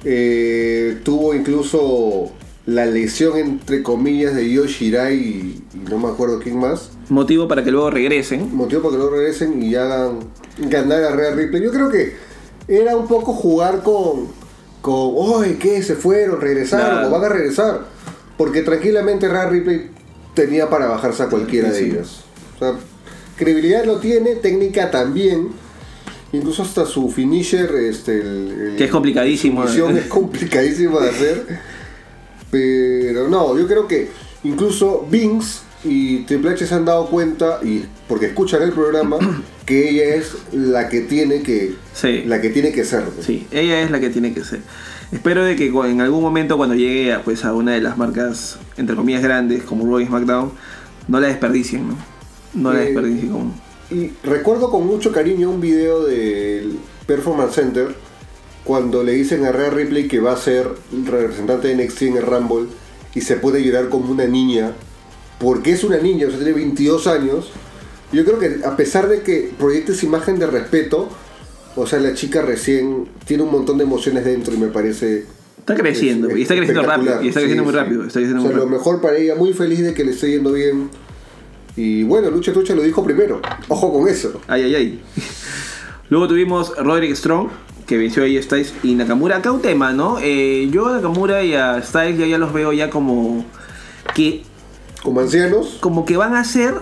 eh, tuvo incluso la lesión, entre comillas, de Yoshirai y, y no me acuerdo quién más.
motivo para que luego regresen.
motivo para que no regresen y hagan ganar a Real Ripley. Yo creo que era un poco jugar con, con oye, ¿qué? ¿Se fueron? ¿Regresaron?
Claro.
¿O van a regresar? Porque tranquilamente Real Ripley tenía para bajarse a cualquiera de
Sí.
ellas. O sea, credibilidad lo tiene, técnica también. Incluso hasta su finisher, este, el- el-
Que es complicadísimo. ¿eh?
su misión es complicadísima de
*laughs*
hacer. Pero no, yo creo que incluso Vince y Triple H se han dado cuenta, y porque escuchan el
*clears throat*
programa, que ella es la que tiene que,
Sí.
la que, tiene que ser.
Sí, ella es la que tiene que ser. Espero de que cu- en algún momento cuando llegue a, pues, a una de las marcas, entre comillas, grandes, como Raw y SmackDown, no la desperdicien, ¿no? No la
Eh,
desperdicien como...
Y recuerdo con mucho cariño un video del Performance Center cuando le dicen a Rhea Ripley que va a ser representante de NXT en el Rumble y se puede llorar como una niña porque es una niña, o sea, tiene 22 años. Yo creo que a pesar de que proyecte esa imagen de respeto, o sea, la chica recién tiene un montón de emociones dentro y me parece
Está creciendo,
es-
y está
es
creciendo
espectacular.
rápido, y está
Sí,
creciendo muy
sí.
rápido, está creciendo
O sea,
muy
lo
rápido.
mejor para ella, muy feliz de que le esté yendo bien. Y bueno, Lucha Trucha lo dijo primero. Ojo con eso.
Ay, ay, ay. Luego tuvimos Roderick Strong, que venció a AJ Styles y Nakamura. Acá un tema, ¿no? Eh, yo a Nakamura y a Styles ya, ya los veo ya como que
Como ancianos,
como que van a ser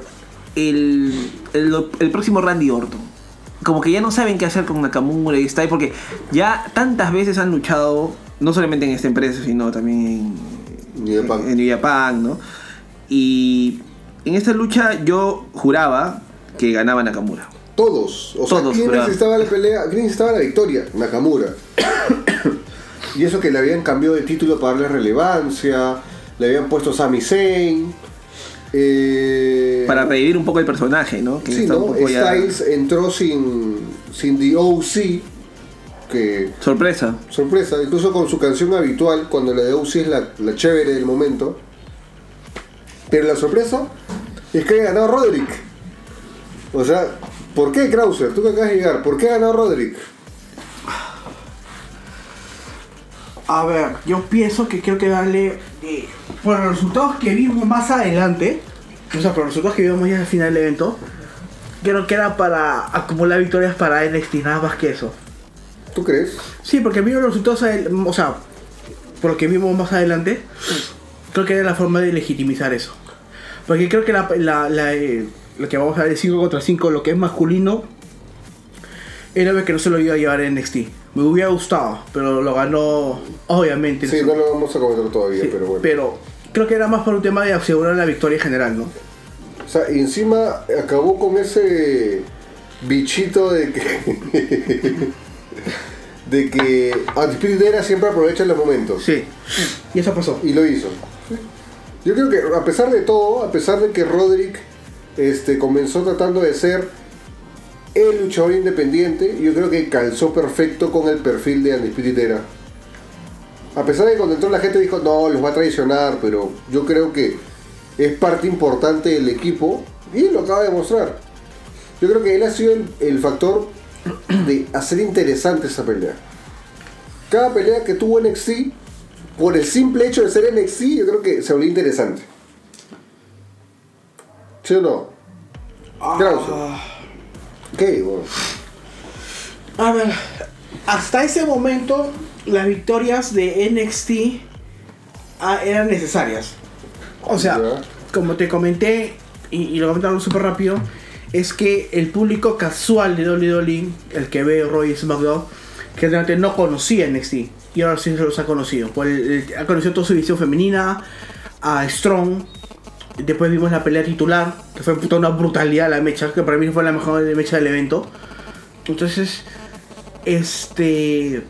el, el, el próximo Randy Orton. Como que ya no saben qué hacer con Nakamura y Styles porque ya tantas veces han luchado, no solamente en esta empresa, sino también en
New Japan.
en New Japan, ¿no? Y en esta lucha yo juraba que ganaba Nakamura.
todos. O sea,
Todos,
¿quién
¿verdad?
necesitaba la pelea? ¿Quién necesitaba la victoria?
*coughs*
Nakamura. y eso que le habían cambiado de título para darle relevancia. Le habían puesto Sami Zayn. eh,
Para revivir un poco el personaje, ¿no? Que
Sí,
está
¿no?
un poco ya-
Styles entró sin, sin The OC. Que
Sorpresa.
sorpresa, incluso con su canción habitual, cuando la de Uzi es la, la chévere del momento. Pero la sorpresa es que ha ganado Roderick. O sea, ¿por qué Krauser? Tú que acabas de llegar, ¿por qué ha ganado Roderick?
A ver, yo pienso que creo que darle. eh, por los resultados que vimos más adelante,
O sea, por los resultados que vimos ya al final del evento, creo que era para acumular victorias para NXT, nada más que eso.
¿Tú crees?
Sí, porque vimos los resultados, adel- o sea, por lo que vimos más adelante, creo que era la forma de legitimizar eso. Porque creo que la, la- la, eh, lo que vamos a ver 5 contra 5, lo que es masculino, era lo que no se lo iba a llevar en NXT. Me hubiera gustado, pero lo ganó, obviamente.
Sí, no lo vamos a comentar todavía,
Sí,
pero bueno.
pero creo que era más por un tema de asegurar la victoria en general, ¿no?
O sea, y encima acabó con ese bichito de que. *laughs* de que Spirit Era siempre aprovecha los momentos.
Sí.
Y eso pasó.
Y lo hizo. Yo creo que a pesar de todo, a pesar de que Roderick este, comenzó tratando de ser el luchador independiente, yo creo que calzó perfecto con el perfil de Undisputed Era. A pesar de que cuando entró la gente dijo, no, los va a traicionar, pero yo creo que es parte importante del equipo y lo acaba de demostrar. Yo creo que él ha sido el, el factor de hacer interesante esa pelea. Cada pelea que tuvo NXT, por el simple hecho de ser NXT, yo creo que se volvió interesante. ¿Sí o no? Krause. ¿Qué? Bueno,
A ver, hasta ese momento las victorias de NXT ah, eran necesarias. O sea,
Ya.
como te comenté, y, y lo comentaron súper rápido, es que el público casual de WWE, el que ve Roy SmackDown, que realmente no conocía NXT, y ahora sí se los ha conocido. Por el- el- ha conocido toda su división femenina, a Strong, después vimos la pelea titular, que fue puta una brutalidad la mecha, que para mí fue la mejor mecha del evento. Entonces, este.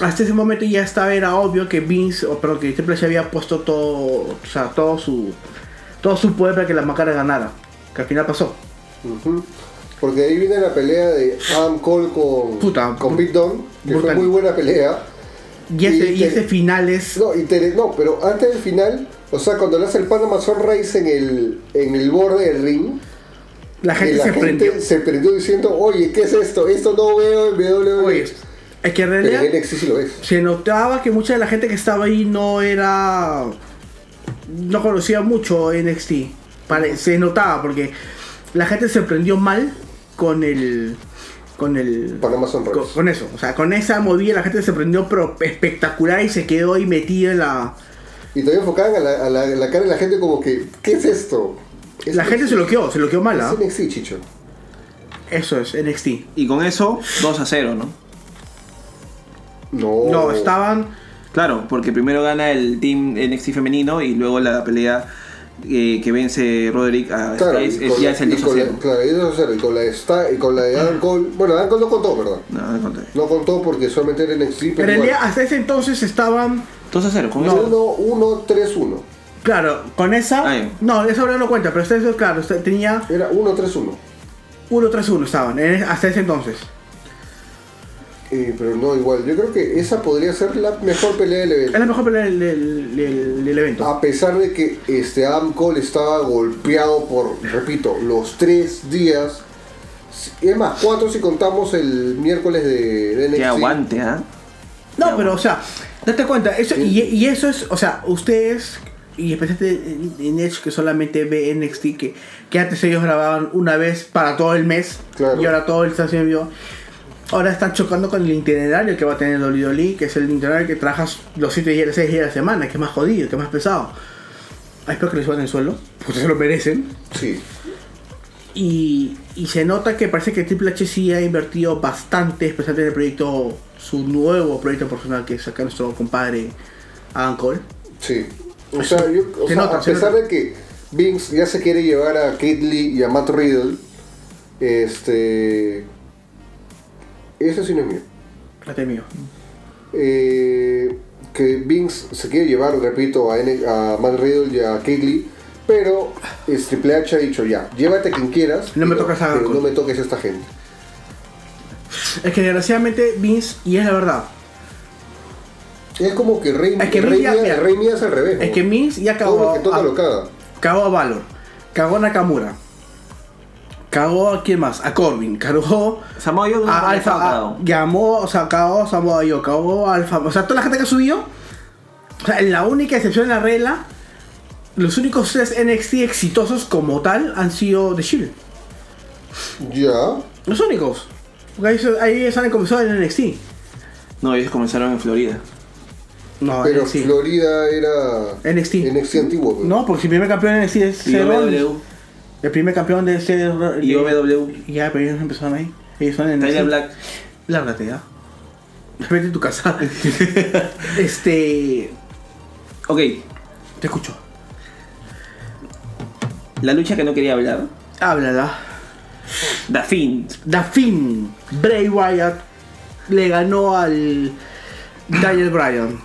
Hasta ese momento ya estaba, era obvio que Vince, o perdón, que Triple H había puesto todo, o sea, todo su, todo su poder para que la Macara ganara. Que al final pasó.
ujú. Porque ahí viene la pelea de Adam Cole con,
Puta,
con
br-
Big Don, que fue
brutal.
muy buena pelea.
Y ese,
Y
y
que-
ese final es.
No, y te- no, pero antes del final, o sea, cuando le hace el Panama Sunrise en el, en el borde del ring,
La
que
gente se prendió.
se prendió diciendo, oye, ¿qué es esto? Esto no veo en WWE.
Oye, es que en
pero
realidad
en NXT sí lo ves.
se notaba que mucha de la gente que estaba ahí no era. No conocía mucho NXT. Pare- se notaba porque la gente se prendió mal con el. Con el.
Panama Sunrise.
con, con eso, o sea, con esa movida la gente se prendió pero espectacular y se quedó ahí metida en la...
Y todavía enfocaban a la, a la- a la cara de la gente como que, ¿qué es esto? Es
La gente se
NXT.
loqueó, se loqueó mal, ¿ah?
Es e- NXT, Chicho.
Eso es, NXT.
Y con eso, 2 a 0, ¿no?
No.
No, estaban...
Claro, porque primero gana el team NXT femenino y luego la pelea eh, que vence Roderick a
Claro,
es,
y
es-
con
ya
la-
es
y
el 2 a
con la-
0.
Claro, y 2 a 0. Y con la, de Sta- y con la de Adam Cole. Bueno, Adam Cole no contó, ¿verdad?
No, no conté.
No contó porque solamente era NXT.
En
Pero
realidad
igual.
hasta ese entonces estaban...
2 a 0, con
No,
eso.
1-1-3-1.
Claro, con esa...
Ah, ya.
No, esa ahora no cuenta, pero hasta eso, claro, hasta- tenía
Era 1-3-1.
1-3-1 estaban, en- hasta ese entonces.
Eh, pero no, igual. Yo creo que esa podría ser la mejor pelea del
Es
evento.
la mejor pelea del, del- del- del evento.
A pesar de que este Adam Cole estaba golpeado por, repito, los tres días. Es más, cuatro si contamos el miércoles de, de NXT.
Que aguante, ¿ah?
No, pero o sea, date cuenta, eso, y,
Sí.
y eso es, o sea, ustedes, y especialmente en- en Edge que solamente ve NXT, que, que antes ellos grababan una vez para todo el mes,
Claro.
y ahora todo el estación vio. Ahora están chocando con el itinerario que va a tener Dolly que es el itinerario que trabajas los 7 días, 6 días a la semana, que es más jodido, que es más pesado. Ah, Espero que les suban el sueldo, porque se lo merecen.
Sí.
Y, y se nota que parece que Triple H sí ha invertido bastante, especialmente en el proyecto, su nuevo proyecto personal que saca nuestro compadre Adam Cole.
Sí. O sea, yo, o
Se
sea,
nota,
a
se
pesar
nota.
de que Vince ya se quiere llevar a Kate Lee y a Matt Riddle, este. Eso sí no es mío.
Este mío.
Eh, que Vince se quiere llevar, repito, a, N- a Matt Riddle y a Kate Lee, pero es, Triple H ha dicho ya, llévate a quien quieras,
No me
pero-
toques a Adam
pero no
Cole.
me toques a esta gente.
Es que desgraciadamente Vince, y es la verdad,
Es como que Rey,
Es que
Rey,
Vince ya-
Mia-
mira,
Rey Mia es al revés.
es
¿no?
que Vince ya
todo
cagó,
lo que toca
a-
lo caga.
cagó a Valor, cagó a Nakamura, cagó a quién más, a Corbin, cagó
Samoa Joe no
a
está
Ah, Alfa, a-
tocado.
llamó, o sea, cagó a Samoa Joe, cagó a Alfa, o sea, toda la gente que ha subido, o sea, la única excepción en la regla, los únicos tres NXT exitosos como tal han sido The Shield,
Ya.
los únicos, porque ahí, se- ahí se han comenzado en NXT,
No, ellos comenzaron en Florida.
no,
Pero
NXT.
Florida era
NXT.
NXT antiguo. pues.
No, porque si el primer campeón de NXT es
Y
Seth
W,
Rollins. El primer campeón de ese
y W,
Ya, pero ellos no empezaron ahí. Ellos son en
Tyler
NXT.
Black.
Lárgate ya. Vete a tu
*laughs*
casa. este.
Ok,
Te escucho.
la lucha que no quería hablar.
Háblala.
The Fiend.
The Finn, Bray Wyatt, le ganó al Daniel Bryan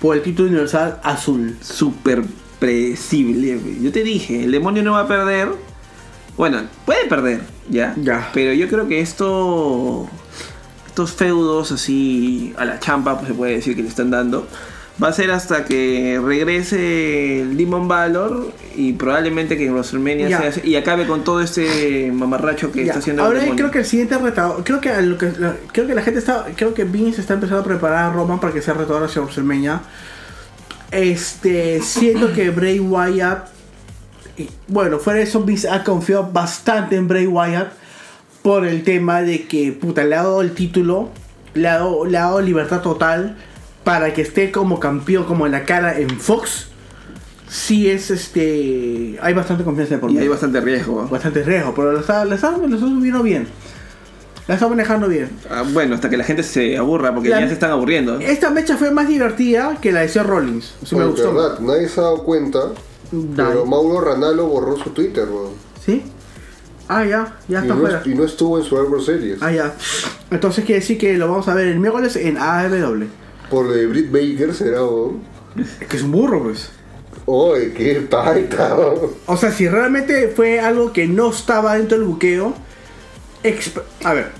por el título universal azul.
Súper predecible. güey. Yo te dije, el demonio no va a perder. Bueno, puede perder, ya.
Ya.
Pero yo creo que esto. Estos feudos así a la champa, pues se puede decir que le están dando. Va a ser hasta que regrese el Demon Valor y probablemente que en WrestleMania
Ya.
sea- y acabe con todo este mamarracho que
Ya,
está haciendo el
Ahora
demonio.
creo que el siguiente retador, creo que, a lo que- la- creo que la gente está, creo que Vince está empezando a preparar a Roman para que sea retador hacia WrestleMania. Este, siento que Bray Wyatt, y, bueno, fuera de eso Vince ha confiado bastante en Bray Wyatt por el tema de que puta le ha dado el título, le ha dado, le ha dado libertad total para que esté como campeón, como en la cara en Fox. Sí es este, hay bastante confianza de por
Y hay
medio
bastante riesgo.
bastante riesgo, pero lo está, lo está, lo está subiendo bien. La está manejando bien.
Ah, bueno, hasta que la gente se aburra porque
La-
ya se están aburriendo.
Esta mecha fue más divertida que la de Seth Rollins. Sí, me
Oye,
gustó.
verdad, nadie se ha dado cuenta, pero Mauro Ranallo borró su Twitter, weón.
¿Sí? Ah, ya, ya
Y
está
no,
fuera.
es- y no estuvo en Survivor Series.
Ah, ya. Entonces quiere decir que lo vamos a ver el miércoles en AEW.
Por lo de Britt Baker será, weón.
Es que es un burro, pues.
Oye, qué paita, weón.
O sea, si realmente fue algo que no estaba dentro del buqueo. exp- A ver,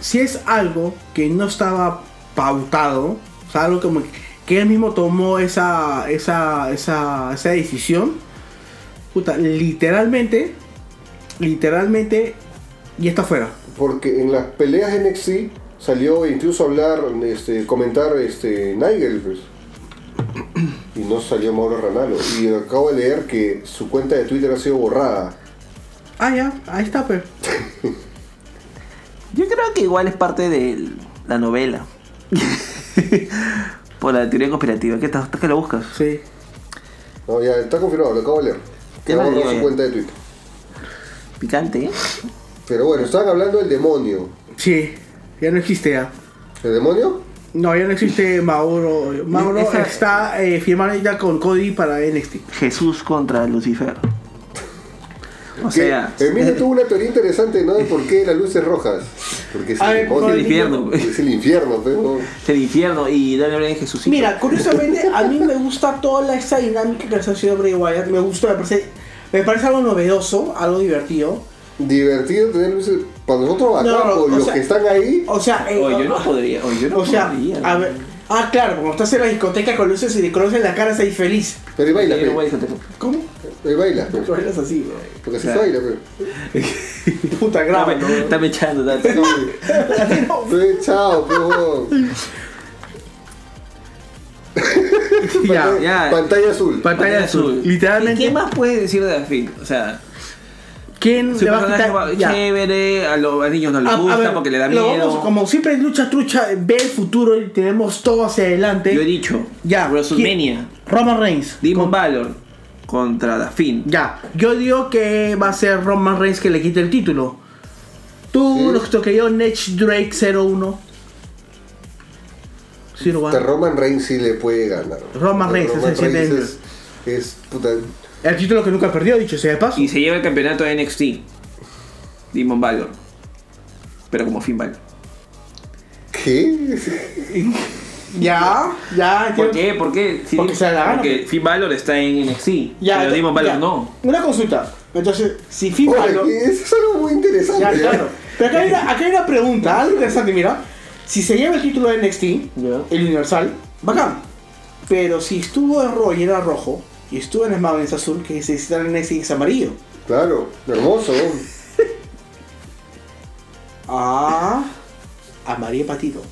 si es algo que no estaba pautado, o sea, algo como que él mismo tomó esa, esa, esa, esa decisión, puta, literalmente, literalmente, y está fuera.
Porque en las peleas de NXT salió incluso a hablar, este, comentar este, Nigel, pues. Y no salió Mauro Ranallo. Y acabo de leer que su cuenta de Twitter ha sido borrada.
Ah, ya, ahí está, pero.
Yo creo que igual es parte de la *laughs* novela. Por la teoría conspirativa. ¿Qué estás? ¿Qué lo buscas?
Sí.
No, ya está confirmado, lo acabo de leer. Que
Qué
ha borrado
maravilla.
su cuenta de Twitter.
Picante, ¿eh?
Pero bueno, estaban hablando del demonio.
Sí, ya no existe ya.
¿El demonio?
No, ya no existe Mauro. Mauro
Esa-
está eh, firmando ya con Cody para NXT.
Jesús contra Lucifer. O
Que
sea,
Emilio tuvo una teoría interesante, ¿no? De por qué las luces rojas. Porque es
A
el
ver,
demonio.
con
el infierno. pues.
Es el infierno, pues, pero.
el infierno y Daniel Bryan Jesús.
Mira, curiosamente, a mí me gusta toda la- esa dinámica que les ha sido Bray Wyatt. Me gusta, me parece, me parece algo novedoso, algo divertido.
Divertido tener luces. Para nosotros, acá,
No, no, o
los
sea-
que están ahí.
O sea, eh,
O yo no podría. O yo no
o sea,
podría.
a ver. Ah, claro, como estás en la discoteca con luces y te conocen la cara, estás feliz.
Pero ahí baila,
Yo no
pero.
voy a discoteca.
¿Cómo?
Ahí baila, pe.
Tú eres así, güey.
Porque así
Claro.
se baila, pues. pero.
Puta,
Está
grave.
me- está me echando.
*laughs*
está-
*laughs*
Estoy echado, pero.
*laughs* Ya, ya.
Pantalla azul.
Pantalla azul. Literalmente.
¿Y ¿Qué más puedes decir de la fin? O sea,
¿Quién
su
le va a
personaje
quitar?
va
Ya. Ah,
chévere, a los niños no
A-
les
a
gusta
ver,
porque le da
lo
miedo.
vamos- como siempre en lucha trucha, ve el futuro y tenemos todo hacia adelante.
Yo he dicho,
Ya,
WrestleMania,
Roman Reigns.
Demon Valor contra The Fiend.
Ya, yo digo que va a ser Roman Reigns que le quite el título. Tú,
Sí.
lo que yo, Nech Drake 01. Sí, lo va.
Hasta Roman Reigns sí le puede ganar.
Roman Reigns, es el
Reigns
siete
es, es puta.
El título que nunca perdió, dicho sea de paso.
Y se lleva el campeonato de NXT. Demon Valor. Pero como Finn Balor.
¿Qué? *laughs*
Ya, ya,
¿Por
entiendo.
qué? ¿Por qué? Si
Porque
Dim-
se la gana,
porque
pues.
Finn Balor está en NXT.
Ya,
pero
ya,
Demon Valor
ya.
no.
Una consulta. Entonces, si Finn
Oye,
Balor-
eso es algo muy interesante.
Ya,
¿eh?
claro. Pero acá hay, una, acá hay una pregunta, algo interesante, mira. Si se lleva el título de NXT, el Universal, bacán. Pero si estuvo en Raw y era rojo, y estuvo en SmackDown y es azul, que se necesita en NXT y es amarillo.
Claro, hermoso.
Ah, amarillo patito.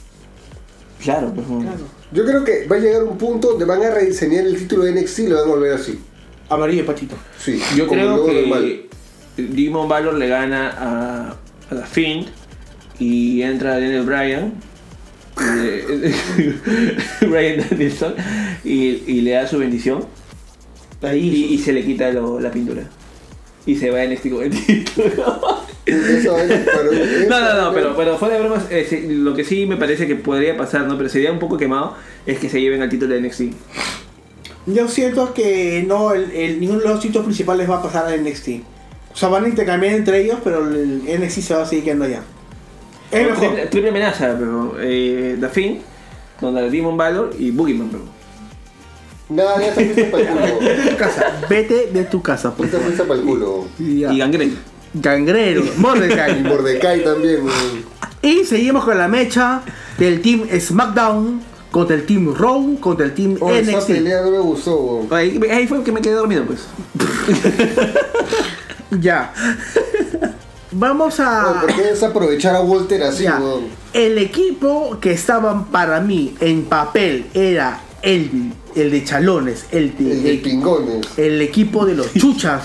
Claro, pues no.
Claro.
Yo creo que va a llegar un punto donde van a rediseñar el título de NXT y lo van a volver así.
Amarillo patito.
Sí,
Yo
como el
creo
logo
que
normal.
Demon Valor le gana a, a The Fiend y entra Daniel Bryan. eh, *laughs* Bryan Danielson y, y le da su bendición
Ahí.
y, y se le quita lo- la pintura y se va este a NXT con el título.
Esa vaina, pero- esa
*laughs* No, no,
vaina-
no, pero, pero fuera de bromas, eh, sí, lo que sí me parece que podría pasar, ¿no? Pero sería un poco quemado, es que se lleven al título de NXT.
Yo siento que no, el, el- ninguno de los títulos principales va a pasar a NXT.
O sea, van a intercambiar entre ellos, pero el NXT se va a seguir quedando allá. Es
Triple-
mejor.
Triple amenaza, pero eh, The Finn, Donald Demon Valor y Boogeyman, pero.
Nada, ya te fuiste para el culo.
tu casa. Vete de tu casa, por
Ya te
favor.
fuiste para el culo.
Y Gangrena.
Gangrero,
Y
Mordecai.
Mordecai también. weón.
*laughs* Y seguimos con la mecha del Team SmackDown contra el Team Raw contra el Team
Oh, esa
NXT.
pelea no me gustó. weón.
Ahí, ahí fue que me quedé dormido, pues.
Ya. Vamos
Weón,
a...
¿Por qué desaprovechar a Walter así,
Ah. ya.
weón?
El equipo que estaban para mí en papel era el, el de Chalones, el, de-
El de
el,
pingones.
el equipo de los chuchas.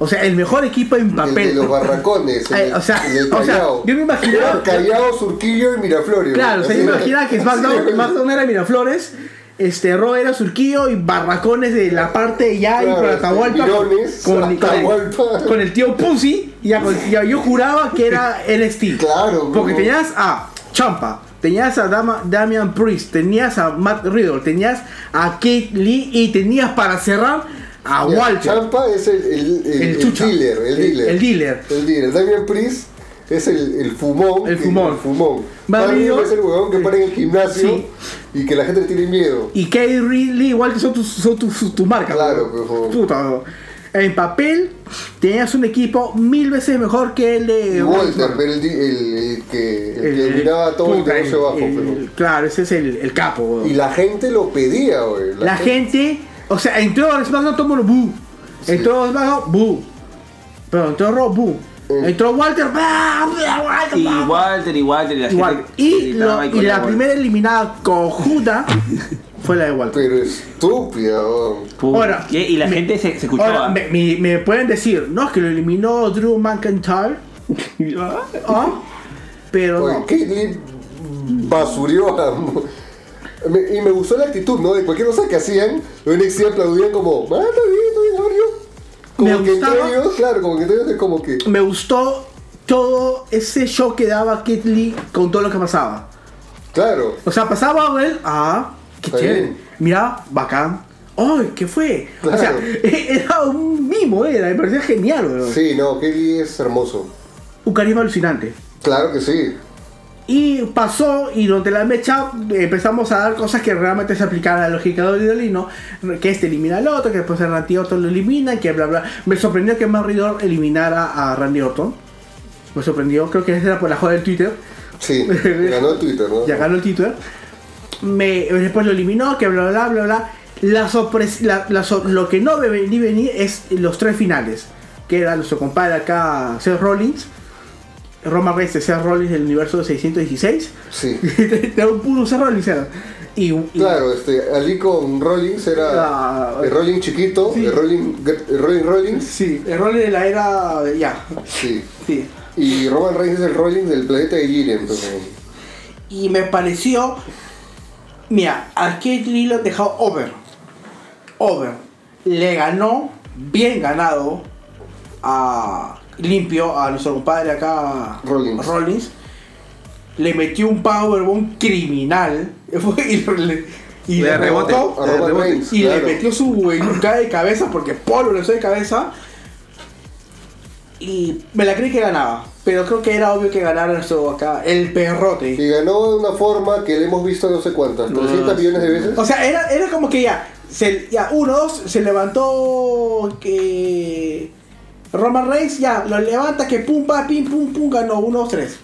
O sea, el mejor equipo en
El
papel.
de los barracones.
Ay,
El,
o sea,
el del
o sea,
Callao.
yo me imaginaba-
Callao, Surquillo y Miraflores.
Claro,
weón.
o sea, yo
Así,
imaginaba que
así,
SmackDown,
weón.
SmackDown era Miraflores, este, Raw era Surquillo y Barracones de la parte de ya y
Claro, este,
por Atahualpa con,
Mirones,
con- con-
Atahualpa.
con el tío Pussy y ya, con- ya yo juraba
*laughs*
que era NXT.
Claro,
Porque
bro.
tenías a Champa, tenías a Dama- Damian Priest, tenías a Matt Riddle, tenías a Kate Lee y tenías para cerrar a
Ya,
Walter.
Champa es el, el, el- el
chucha.
dealer, el dealer.
El dealer.
El dealer. Damian Priest es el, el fumón.
El
que-
fumón.
El fumón.
Va
Barry
Río.
es el huevón que para en el gimnasio
Sí.
y que la gente le tiene miedo.
y Kay Ridley igual que son tus son tus sus- tus marcas.
Claro, pues,
weón.
pero-
Puta, weón. En papel tenías un equipo mil veces mejor que el
Y
de
Walter, pero el, di- el- el que, el que
El-
miraba todo el
puta,
negocio
el-
abajo.
el- Claro, ese es el, el capo.
pero-
weón.
Y la gente lo pedía, güey.
La gente, o sea, en todo el SmackDown todo el mundo bu. En
Sí.
todo el SmackDown bu. Pero en todo Raw bu.
Mm.
Entró Walter, bah, bah, Walter,
Y
bah,
Walter, y Walter, y la
Walter.
gente.
Y,
gritaba
lo- y
corría
la
Walter.
primera eliminada cojuda fue la de Walter.
Pero estúpida, weón.
Pum.
Ahora,
y, y la
me-
gente se, se escuchaba.
Ahora, me, me- me pueden decir, no, es que lo eliminó Drew
*laughs*
McIntyre. Ah, Pero
Oye,
no.
Caitlyn basurió a... Me- y me gustó la actitud, ¿no? De cualquier cosa que hacían, los NXT aplaudían como, ah, está bien, está bien, Mario". Como
Me
que entre
gustaba-
ellos, claro, como que entre ellos es como que...
Me gustó todo ese show que daba Kit Lee con todo lo que pasaba.
Claro.
O sea, pasaba él, ah, qué
Está
chévere.
bien.
Mira, bacán. ¡Ay, qué fue! O sea,
Claro.
*laughs* era un mimo, era, me parecía genial, weón.
Sí, no, Kelly es hermoso.
Un carisma alucinante.
Claro que sí.
Y pasó, y durante la mecha eh, empezamos a dar cosas que realmente se aplicaban a la lógica de Dolly, ¿no? Que este elimina al otro, que después a Randy Orton lo elimina, que bla bla. Me sorprendió que Matt Riddle eliminara a Randy Orton. Me sorprendió, creo que esa era por la joda del Twitter.
Sí, ganó Twitter, ¿no?
*laughs* Ya ganó el Twitter. Me, después lo eliminó, que bla bla bla bla. La sorpres- la- la sor- lo que no me vení venir es los tres finales. Que era nuestro compadre acá, Seth Rollins. Roman Reigns de Seth Rollins del universo 616.
Sí.
*laughs*
Era un puro Seth Rollins era. Y, y-
Claro, este, Ali con Rollins era
Ah,
el Rollins chiquito,
sí.
el Rollins el Rollins Rollins,
Sí, el Rollins de la era. Ya.
sí.
Sí.
Y Roman Reigns es el Rollins del planeta de Jiren, entonces.
Y me pareció. Mira, a Kate Lee lo han dejado over. Over. Le ganó, bien ganado, a limpio a nuestro compadre acá,
Rollins.
Rollins. Le metió un powerbomb criminal. *laughs* Y le, y
Le
le
rebote.
rebotó.
A Roman
Rebote.
Reigns,
Y
claro.
le metió su hueluca de cabeza porque Polo le hizo de cabeza. Y me la creí que ganaba. Pero creo que era obvio que ganara nuestro acá, el perrote.
Y ganó de una forma que le hemos visto no sé cuántas, 300 millones de veces.
O sea, era, era como que ya, se, ya, uno, dos, se levantó que. Roman Reigns, ya, lo levanta que pum, pa, pim, pum, pum, ganó, uno, dos, tres.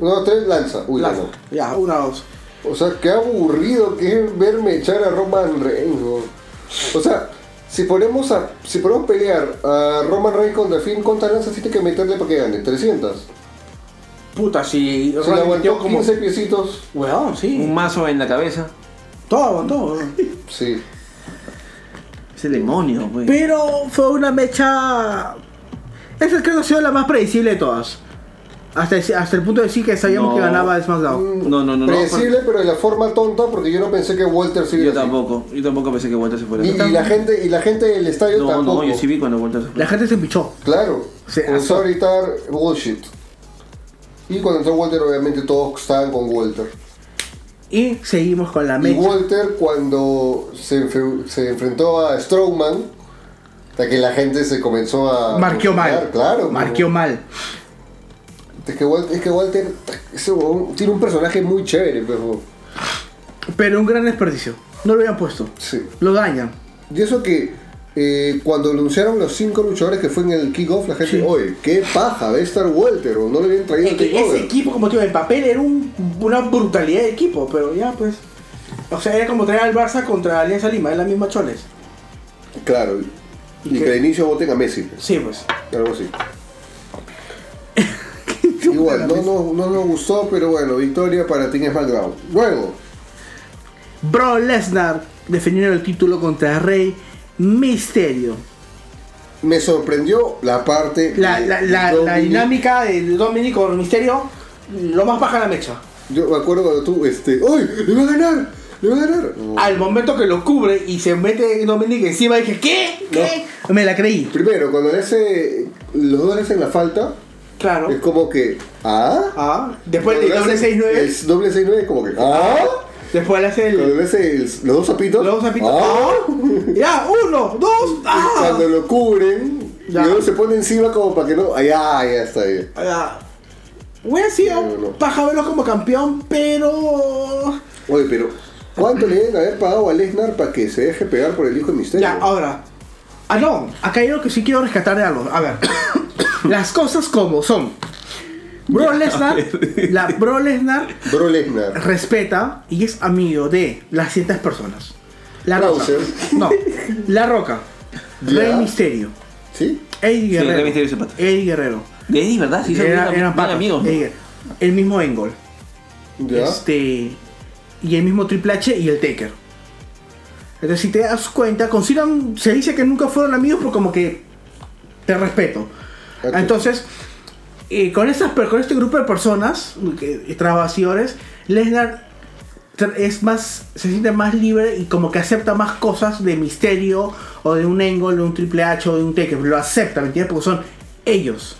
No, tres lanza. Uy,
Lanza.
ganó.
Ya, uno, dos.
O sea, qué aburrido que es verme echar a Roman Reigns. ¿no? O sea, si ponemos a si ponemos pelear a Roman Reigns contra Finn, ¿cuántas lanzas tiene que meterle para que gane? 300.
Puta, si.
Se le
Rollins
aguantó
metió como.
15 piecitos.
Weón,
Un
sí.
mazo en la cabeza.
Todo aguantó, weón.
Sí.
Ese demonio, pues. güey.
Pero fue una mecha. Esa creo que ha sido la más predecible de todas. Hasta, hasta el punto de decir que sabíamos
No.
que ganaba SmackDown.
No, no, no, no.
Predecible, pero de la forma tonta, porque yo no pensé que Walter se
Yo
iba a ir.
tampoco. Yo tampoco pensé que Walter se fuera.
Ni- Y, la gente, y la gente del estadio
no,
tampoco.
no, yo sí vi cuando Walter se fue.
La gente se pichó.
Claro.
Se
comenzó a gritar bullshit. Y cuando entró Walter, obviamente todos estaban con Walter.
Y seguimos con la
Y
mecha.
Walter cuando se, enfe- se enfrentó a Strowman, Hasta que la gente se comenzó a.
Marqueó mal.
Claro, Claro. pues,
Marqueó mal.
Es que, Wal- es que Walter ese huevón tiene un personaje muy chévere, pues, pero.
Pero un gran desperdicio. No lo habían puesto.
Sí.
Lo dañan.
Y eso que eh, cuando anunciaron los cinco luchadores que fue en el kickoff, la gente,
Sí.
oye, qué paja, va a estar Walter, o no le habían traído
Es
el
que ese
takeover.
equipo, como te digo, en papel era un- una brutalidad de equipo, pero ya pues. O sea, era como traer al Barça contra Alianza Lima, es la misma choles.
Claro. Y,
¿Y
que
qué?
de inicio voten a Messi, pues,
Sí, pues.
algo así. Igual, no, no, no nos gustó, pero bueno, victoria para Team SmackDown. Luego,
Bro Lesnar defendiendo el título contra Rey Misterio.
me sorprendió la parte.
La,
de
la, la, la
Dominic.
dinámica
de Dominic con Misterio, lo más baja la mecha.
Yo me acuerdo cuando tú, este, ¡Uy! ¡Le va a ganar! ¡Le va a ganar!
Mm.
Al momento que lo cubre y se mete Dominic encima, dije, ¿qué? ¿Qué?
me la creí.
Primero, cuando le hace. Los dos le hacen la falta,
Claro.
es como que. ¡Ah!
Ah, después del
Cuando le
doble
hace
6-9,
El doble 6-9, como que. ¡Ah!
después le hace
Cuando
el.
le hace el- los dos zapitos.
Los zapitos.
¡Ah! *laughs*
Ya, uno, dos, ah.
Y Cuando lo cubren,
Ya.
luego se pone encima como para que no. ¡Ah, ya, ya está bien!
Ah, Hubiera sido
No, no.
paja verlo como campeón, pero.
Oye, pero. ¿Cuánto le deben haber pagado a Lesnar para que se deje pegar por el hijo de misterio?
Ya, ahora.
Ah, no, acá hay algo que sí quiero rescatar de algo. A ver, las cosas como son. Bro Lesnar, la Bro Lesnar
Bro Lesnar.
respeta y es amigo de las ciertas personas. La Roca.
Krauser.
No, La Roca.
Ya.
Rey Misterio.
¿Sí?
Eddie Guerrero.
Rey Mysterio y Zapata.
Eddie Guerrero.
De ahí, ¿verdad? Sí, son
Era-
bien-
eran
bien
patas.
amigos. ¿no?
Eddie Guerrero. El mismo Engel.
Ya.
Este. Y el mismo Triple H y el Taker. Entonces, si te das cuenta, consideran. Se dice que nunca fueron amigos, pero como que. Te respeto.
Ok.
Entonces, eh, con, estas, per- con este grupo de personas, que- eh, trabajadores, Lesnar tra- es más, se siente más libre y como que acepta más cosas de misterio o de un Engel, de un Triple H o de un Taker. Lo acepta, ¿me entiendes? Porque son ellos.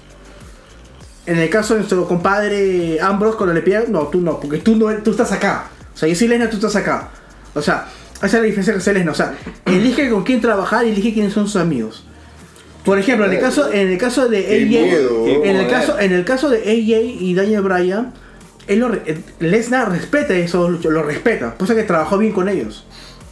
En el caso de nuestro compadre Ambrose, cuando le piden, no, tú no, porque tú, no, tú estás acá. O sea, yo soy Lesnar, tú estás acá. O sea, esa es la diferencia que hace Lesnar. O sea, elige con quién trabajar y elige quiénes son sus amigos. Por ejemplo, en el caso, en el caso de
Qué
AJ,
miedo.
en el
Qué
caso, en el caso de AJ y Daniel Bryan, él lo re- eh, Lesnar respeta eso, lo respeta, cosa que trabajó bien con ellos.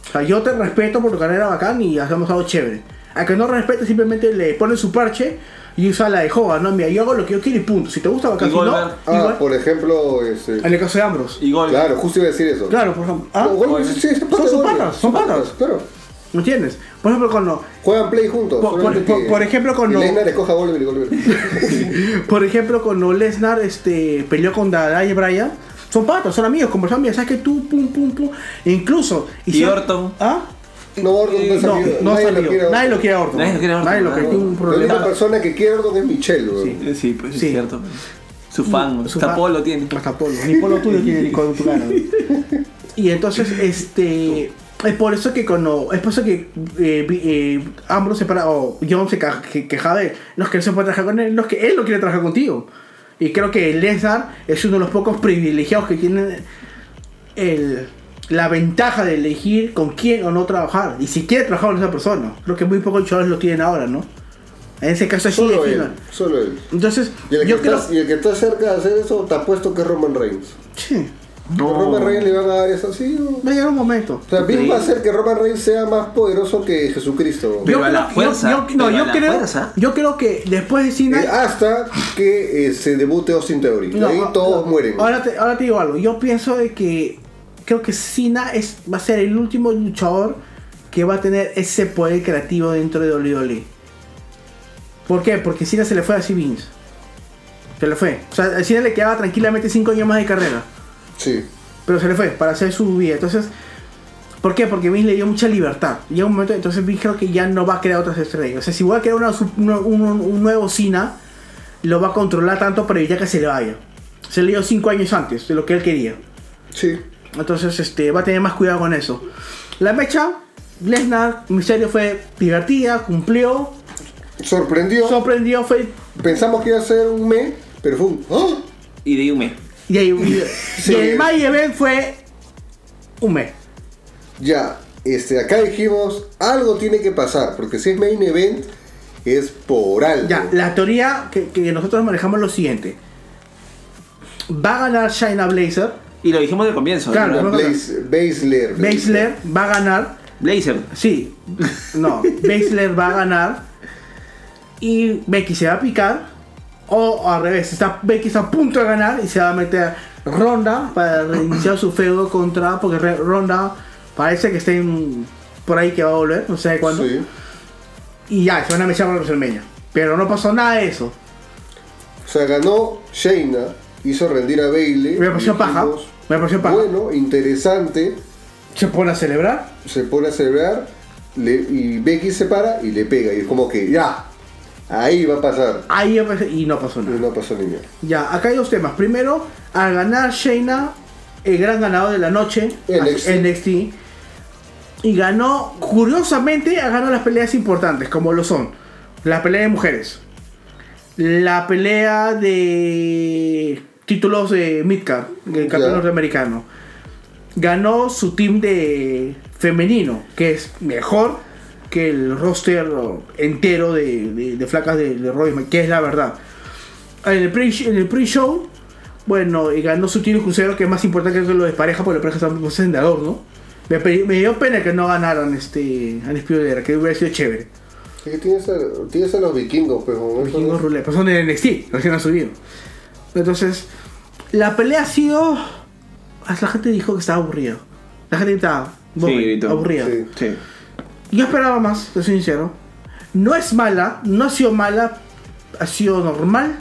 O sea, yo te respeto por tu carrera bacán y hacemos algo chévere. A que no respete, simplemente le pone su parche y usa la de Jova, no, mira, yo hago lo que yo quiero y punto. Si te gusta bacán,
Y
si no,
Goldberg.
Ah,
igual.
por ejemplo, este.
En el caso de Ambrose.
Y gol.
Claro, justo iba a decir eso.
Claro, por ejemplo. ¿Ah?
No, Goldberg, sí, sí, es parte
Son
de
sus
Goldberg.
panas, son panas.
Claro.
¿Me entiendes? Por ejemplo, cuando
Juegan play juntos.
Por- por-
solamente
por-
que
por ejemplo, cuando-
Lesnar escoja a Goldberg y
*laughs*
Goldberg.
Por ejemplo, cuando Lesnar este, peleó con Daniel Bryan, son patos, son amigos, conversan bien, sabes que tú, pum, pum, pum. E incluso.
Orton?
¿Ah?
No, Orton no,
No,
salió,
no
nadie
salió.
lo quiere. a
nadie lo
Orton.
quiere a Orton.
Nadie lo quiere a Orton,
Nadie lo
¿verdad?
quiere, tiene un
La única
problema.
persona que quiere a Orton es Michelle, weón.
Sí.
Eh, Sí, pues
Sí.
es cierto. Su fan,
Su
su hasta
fan.
Polo tiene.
Hasta Polo, ni Polo tuyo tiene con tu cara.
*laughs*
Y entonces, este. Es por eso que cuando. Es por eso que eh, vi- eh, Ambrose se para. O John se ca- que- quejaba de. Los que él se puede trabajar con él, los que él no quiere trabajar contigo. Y creo que Lesnar es uno de los pocos privilegiados que tiene el, la ventaja de elegir con quién o no trabajar. Y si quiere trabajar con esa persona. Creo que muy pocos luchadores lo tienen ahora, ¿no? En ese caso, sí.
Solo
defino.
él. Solo él.
Entonces,
Y el, que
yo creo.
está, y el que está cerca de hacer eso, te apuesto que es Roman Reigns.
Sí,
¿A Roman Reigns le van a dar eso así. O
va a llegar un momento.
O sea, bien va a ser que Roman Reigns sea más poderoso que Jesucristo. Eh,
Pero
yo
a
creo-
la fuerza,
yo- yo- no,
pero
yo
a la
creo,
fuerza.
yo creo que después de
Eh,
Cena.
hasta que eh, se debute Austin Theory.
no,
Ahí
no,
todos
no.
mueren.
Ahora te, ahora te digo algo. Yo pienso de que creo que Cena es, va a ser el último luchador que va a tener ese poder creativo dentro de WWE. ¿Por qué? Porque Cena se le fue a C. Vince. Se le fue. O sea, a Cena le quedaba tranquilamente 5 años más de carrera.
Sí.
Pero se le fue para hacer su vida. Entonces, ¿por qué? Porque Vince le dio mucha libertad. Llega un momento, entonces Vince creo que ya no va a crear otras estrellas. O sea, si voy a crear una sub- una- un, un nuevo Cena, lo va a controlar tanto para evitar que se le vaya. Se le dio 5 años antes de lo que él quería.
Sí.
Entonces, este, va a tener más cuidado con eso. La mecha, Lesnar, Misterio fue divertida, cumplió,
Sorprendió.
sorprendió, fue.
Pensamos que iba a ser un mes, pero fue un. ¡Ah!
Y dime.
Y, ahí- y-
Sí.
y el main event fue. Un mes.
Ya, este, acá dijimos, algo tiene que pasar, porque si es main event, es por algo.
Ya, la teoría que, que nosotros manejamos es lo siguiente. Va a ganar Shaina Blazer.
Y lo dijimos al comienzo.
Claro.
¿verdad?
Blaze- Baszler.
Baszler va a ganar.
Blazer.
Sí. No. Baszler va a ganar. Y Becky se va a picar. O al revés. Está, Becky está a punto de ganar y se va a meter Ronda para reiniciar su feudo contra. Porque Re- Ronda parece que está en- por ahí que va a volver. No sé cuándo.
Sí.
Y ya, se van a mechar con WrestleMania. Pero no pasó nada de eso.
O sea, ganó Shayna, hizo rendir a Bailey.
Me pareció paja. Me pareció paja.
Bueno, interesante.
Se pone a celebrar.
Se pone a celebrar le- y Becky se para y le pega. Y es como que ya, ahí va a pasar.
Ahí empecé- y no pasó
Y
nada.
no pasó ni mierda.
Ya, acá hay dos temas. Primero, al ganar Shayna, el gran ganador de la noche,
NXT.
NXT, y ganó, curiosamente, ha ganado las peleas importantes, como lo son la pelea de mujeres, la pelea de títulos de Midcard, del campeón
Ya.
norteamericano. Ganó su team de femenino, que es mejor que el roster entero de, de- de flacas de, de Roy, que es la verdad. En el pre- en el pre-show, bueno, y ganó su tiro crucero, que es más importante que lo de pareja, porque los parejas están pues, en de adorno. Me, pe- me dio pena que no ganaran este al Espíritu de Guerra, que hubiera sido chévere.
Es que tienes a, tienes a los vikingos, pues. ¿no?
Vikingos Roulette, pero son de NXT, recién han subido. Entonces, la pelea ha sido. hasta La gente dijo que estaba aburrido. La gente estaba
Sí, gritó.
aburrida.
Sí.
Sí.
Yo esperaba más, te soy sincero. No es mala, no ha sido mala, ha sido normal,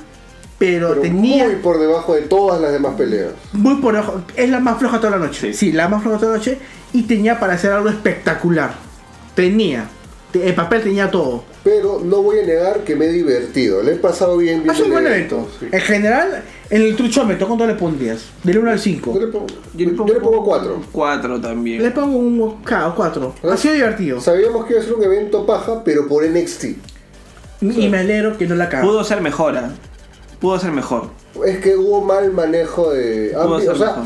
pero,
Pero
tenía.
muy por debajo de todas las demás peleas.
Muy por ojo. Es la más floja toda la noche. Sí.
Sí.
la más floja toda la noche. Y tenía para hacer algo espectacular. Tenía. Te- El papel tenía todo.
Pero no voy a negar que me he divertido. Le he pasado bien.
Es
viendo
un
el
buen evento.
sí.
En general, en el truchómetro, ¿cuánto le pondrías? Del 1 al 5.
Yo le pongo- yo le pongo cuatro.
Cuatro
Le
también.
pongo un 4. Ha sido divertido.
Sabíamos que iba a ser un evento paja, pero por NXT.
Y me alegro que no la cago.
Pudo ser mejor. ah. Pudo ser mejor.
Es que hubo mal manejo de. han-
Pudo ser
o sea,
mejor.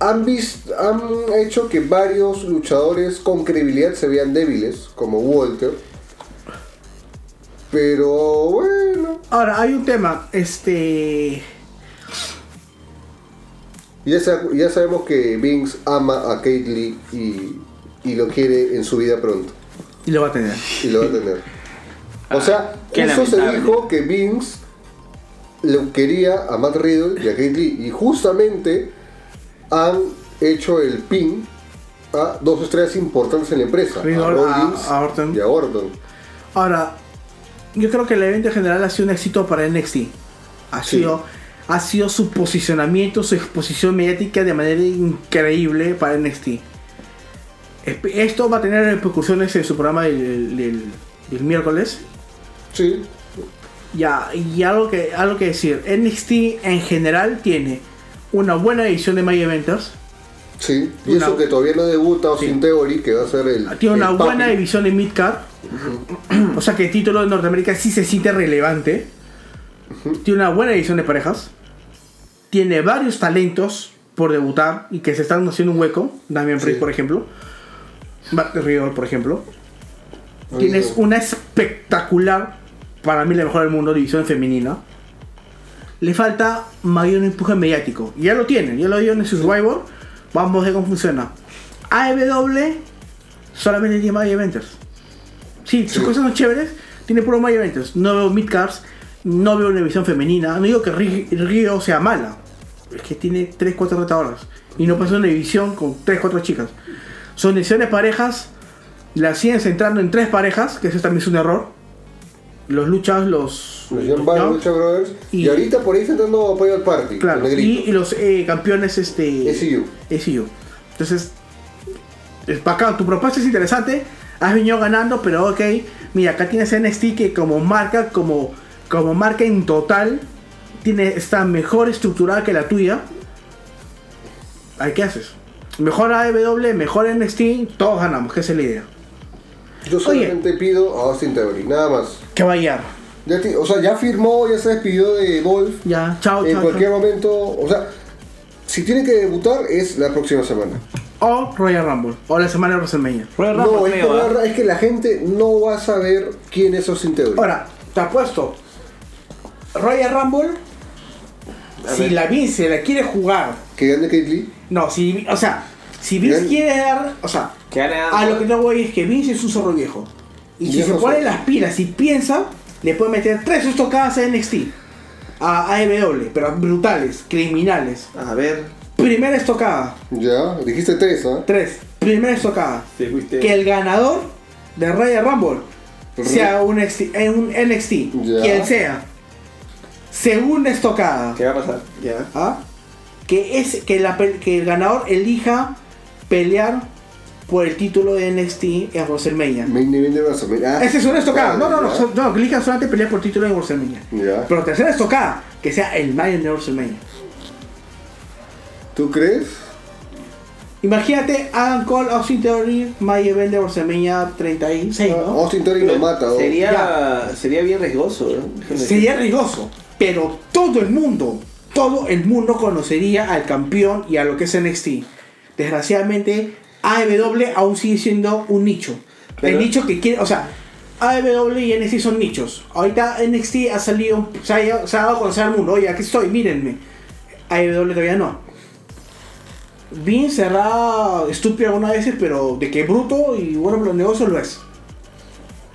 han, vis- han hecho que varios luchadores con credibilidad se vean débiles, como Walter. Pero bueno.
Ahora, hay un tema. Este.
Ya, sa- ya sabemos que Vince ama a Kate Lee y, y lo quiere en su vida pronto.
Y lo va a tener.
Y lo va a tener. O sea,
Ah, qué
justo se
lamentable.
dijo que Vince lo quería a Matt Riddle y a Kate Lee. Y justamente han hecho el pin a dos estrellas importantes en la empresa.
Riddle,
a Roy
a-
Vince
a Orton.
y a Orton.
Ahora, yo creo que el evento en general ha sido un éxito para NXT. Ha
Sí.
sido, ha sido su posicionamiento, su exposición mediática de manera increíble para NXT. Espe- Esto va a tener repercusiones en su programa del, del- del miércoles.
Sí.
Ya, y algo que, algo que decir, NXT en general tiene una buena edición de My Eventers,
Sí, y
Una-
eso que todavía no debuta Austin
Sí. Ah,
Theory, que va a ser el.
tiene una
el papi.
buena división de Midcard. o sea que el título de Norteamérica sí se siente relevante. Tiene una buena división de parejas. Tiene varios talentos por debutar y que se están haciendo un hueco. Damian Priest,
Sí.
por ejemplo. Matt Riddle, por ejemplo.
Ahí
Tienes
está.
una espectacular, para mí la mejor del mundo, división femenina. Le falta mayor empuje mediático. Ya lo tienen, ya lo dieron en Survivor. Vamos a ver cómo funciona. AEW solamente tiene My Eventers. Sí, sus
Sí.
cosas son chéveres. Tiene puro My Eventers. No veo midcards, no veo una división femenina. No digo que Ri- Río sea mala. Es que tiene 3-4 retadoras. Y no pasó una división con 3-4 chicas. Son divisiones parejas. Las siguen centrando en tres parejas, que eso también es un error. Los luchas, los.
Los Young Bucks,
¿no?
Lucha Brothers. Y,
Y-
ahorita por ahí está entrando a Private Party. el
Claro, y,
negrito.
y los eh, campeones este,
SU.
SU. Entonces, es bacán, tu propuesta es interesante, has venido ganando, pero ok, mira, acá tienes NXT que como marca, como, como marca en total, tiene, está mejor estructurada que la tuya. Ahí, ¿qué haces? Mejor AEW, mejor NXT, todos ganamos, que esa es la idea.
Yo
Oye.
solamente pido a Austin Theory, nada más.
Que vaya.
Ya ti- o sea, ya firmó, ya se despidió de Golf.
Ya, chao,
en
chao.
cualquier
chao.
momento, o sea, Si tiene que debutar es la próxima semana.
O Royal Rumble. O la semana de WrestleMania.
Royal Rumble,
No, es que,
creo, ¿ah?
la- es que la gente no va a saber quién es Austin Theory.
Ahora, te apuesto. Royal Rumble. si
ver.
la Vince se la quiere jugar.
Que gane Kate Lee.
No, si. O sea, si Vince
Bien.
quiere dar. O sea,
Que gane
a Ah, lo que no voy es que Vince es un zorro viejo. Y si
Viejo
se pone
zorro.
las pilas y piensa, le puede meter tres sustos cada a NXT. A AEW, pero brutales, criminales.
A ver.
Primera estocada.
Ya, dijiste tres, ¿ah?
Tres. Primera estocada.
Te fuiste.
Que el ganador de Royal Rumble
Re-
sea un, NXT, eh, un NXT,
Ya.
quien sea. Segunda estocada.
¿Qué va a pasar?
Ya. ¿Ah? Que, es, que, la pe- que el ganador elija pelear por el título de NXT en WrestleMania.
Main event de WrestleMania. Ah,
Esa es una estocada. No, no, no.
ya.
so- no que elijan solamente pelear por título en WrestleMania.
Ya.
Pero tercera estocada, que sea el main de WrestleMania.
¿Tú crees?
Imagínate Adam Cole, Austin Theory, Main Event de WrestleMania 36, ¿no?
Austin Theory lo mata. ¿no?
Sería, sería bien riesgoso, ¿no? Déjame decir.
Sería riesgoso, pero todo el mundo, todo el mundo conocería al campeón y a lo que es NXT. Desgraciadamente, AEW aún sigue siendo un nicho.
Pero-
el nicho que quiere, o sea, AEW y NXT son nichos. Ahorita NXT ha salido, se ha, se ha dado a conocer al mundo, oye, aquí estoy, mírenme. AEW todavía no. Bien será estúpido algunas veces, pero de que bruto y bueno para los negocios lo es.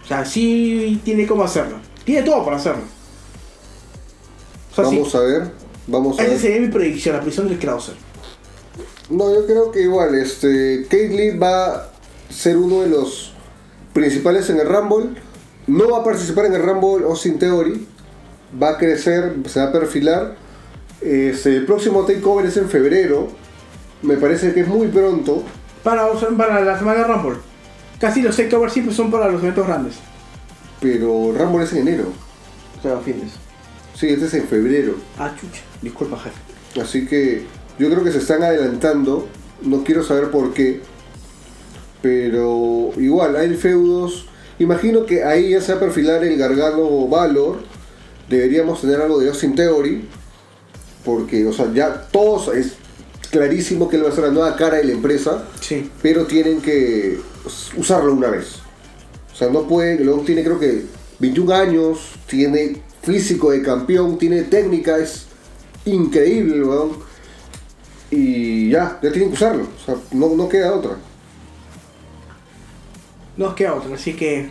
O sea, sí tiene cómo hacerlo. Tiene todo para hacerlo. O sea, sí.
Vamos a ver. Vamos a
Esa
ver.
sería mi predicción, la prisión del Krauser.
No, yo creo que igual, este, Kate Lee va a ser uno de los principales en el Rumble. No va a participar en el Rumble Austin Theory. Va a crecer, se va a perfilar. Este, el próximo takeover es en febrero. Me parece que es muy pronto.
Para, para la semana de Rumble. Casi los takeovers siempre son para los eventos grandes.
Pero Rumble es en enero.
Claro, fines.
Sí, este es en febrero.
Ah, chucha. Disculpa, jefe.
Así que yo creo que se están adelantando. No quiero saber por qué. Pero igual, hay feudos. Imagino que ahí ya se va a perfilar el Gargano Valor. Deberíamos tener algo de Austin Theory. Porque, o sea, ya todos es clarísimo que él va a ser la nueva cara de la empresa.
Sí.
Pero tienen que usarlo una vez. O sea, no puede. León tiene, creo que, 21 años. Tiene físico de campeón. Tiene técnica. Es increíble, el weón. Y ya, ya tienen que usarlo. O sea, no, no queda otra.
Nos queda otro, así que.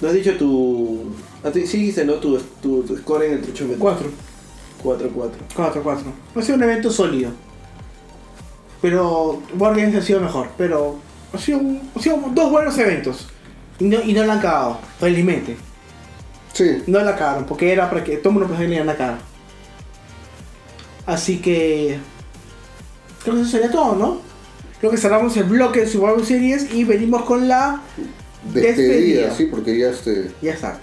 ¿No has dicho tu. Ah, tú- sí, dijiste, ¿no? Tu, tu, tu score en el truchometro.
4.
4-4.
4, 4. Ha sido un evento sólido. Pero. Wargames ha sido mejor. Pero. Ha sido, un- ha sido dos buenos eventos. Y no, y no la han cagado. Felizmente.
Sí,
No la cagaron, porque era para que todo el mundo pensaba que le iban a cagar. Así que. Creo que eso sería todo, ¿no? Creo que cerramos el bloque de Survivor Series y venimos con la.
despedida,
Despedida.
este sí, porque ya este.
Ya está.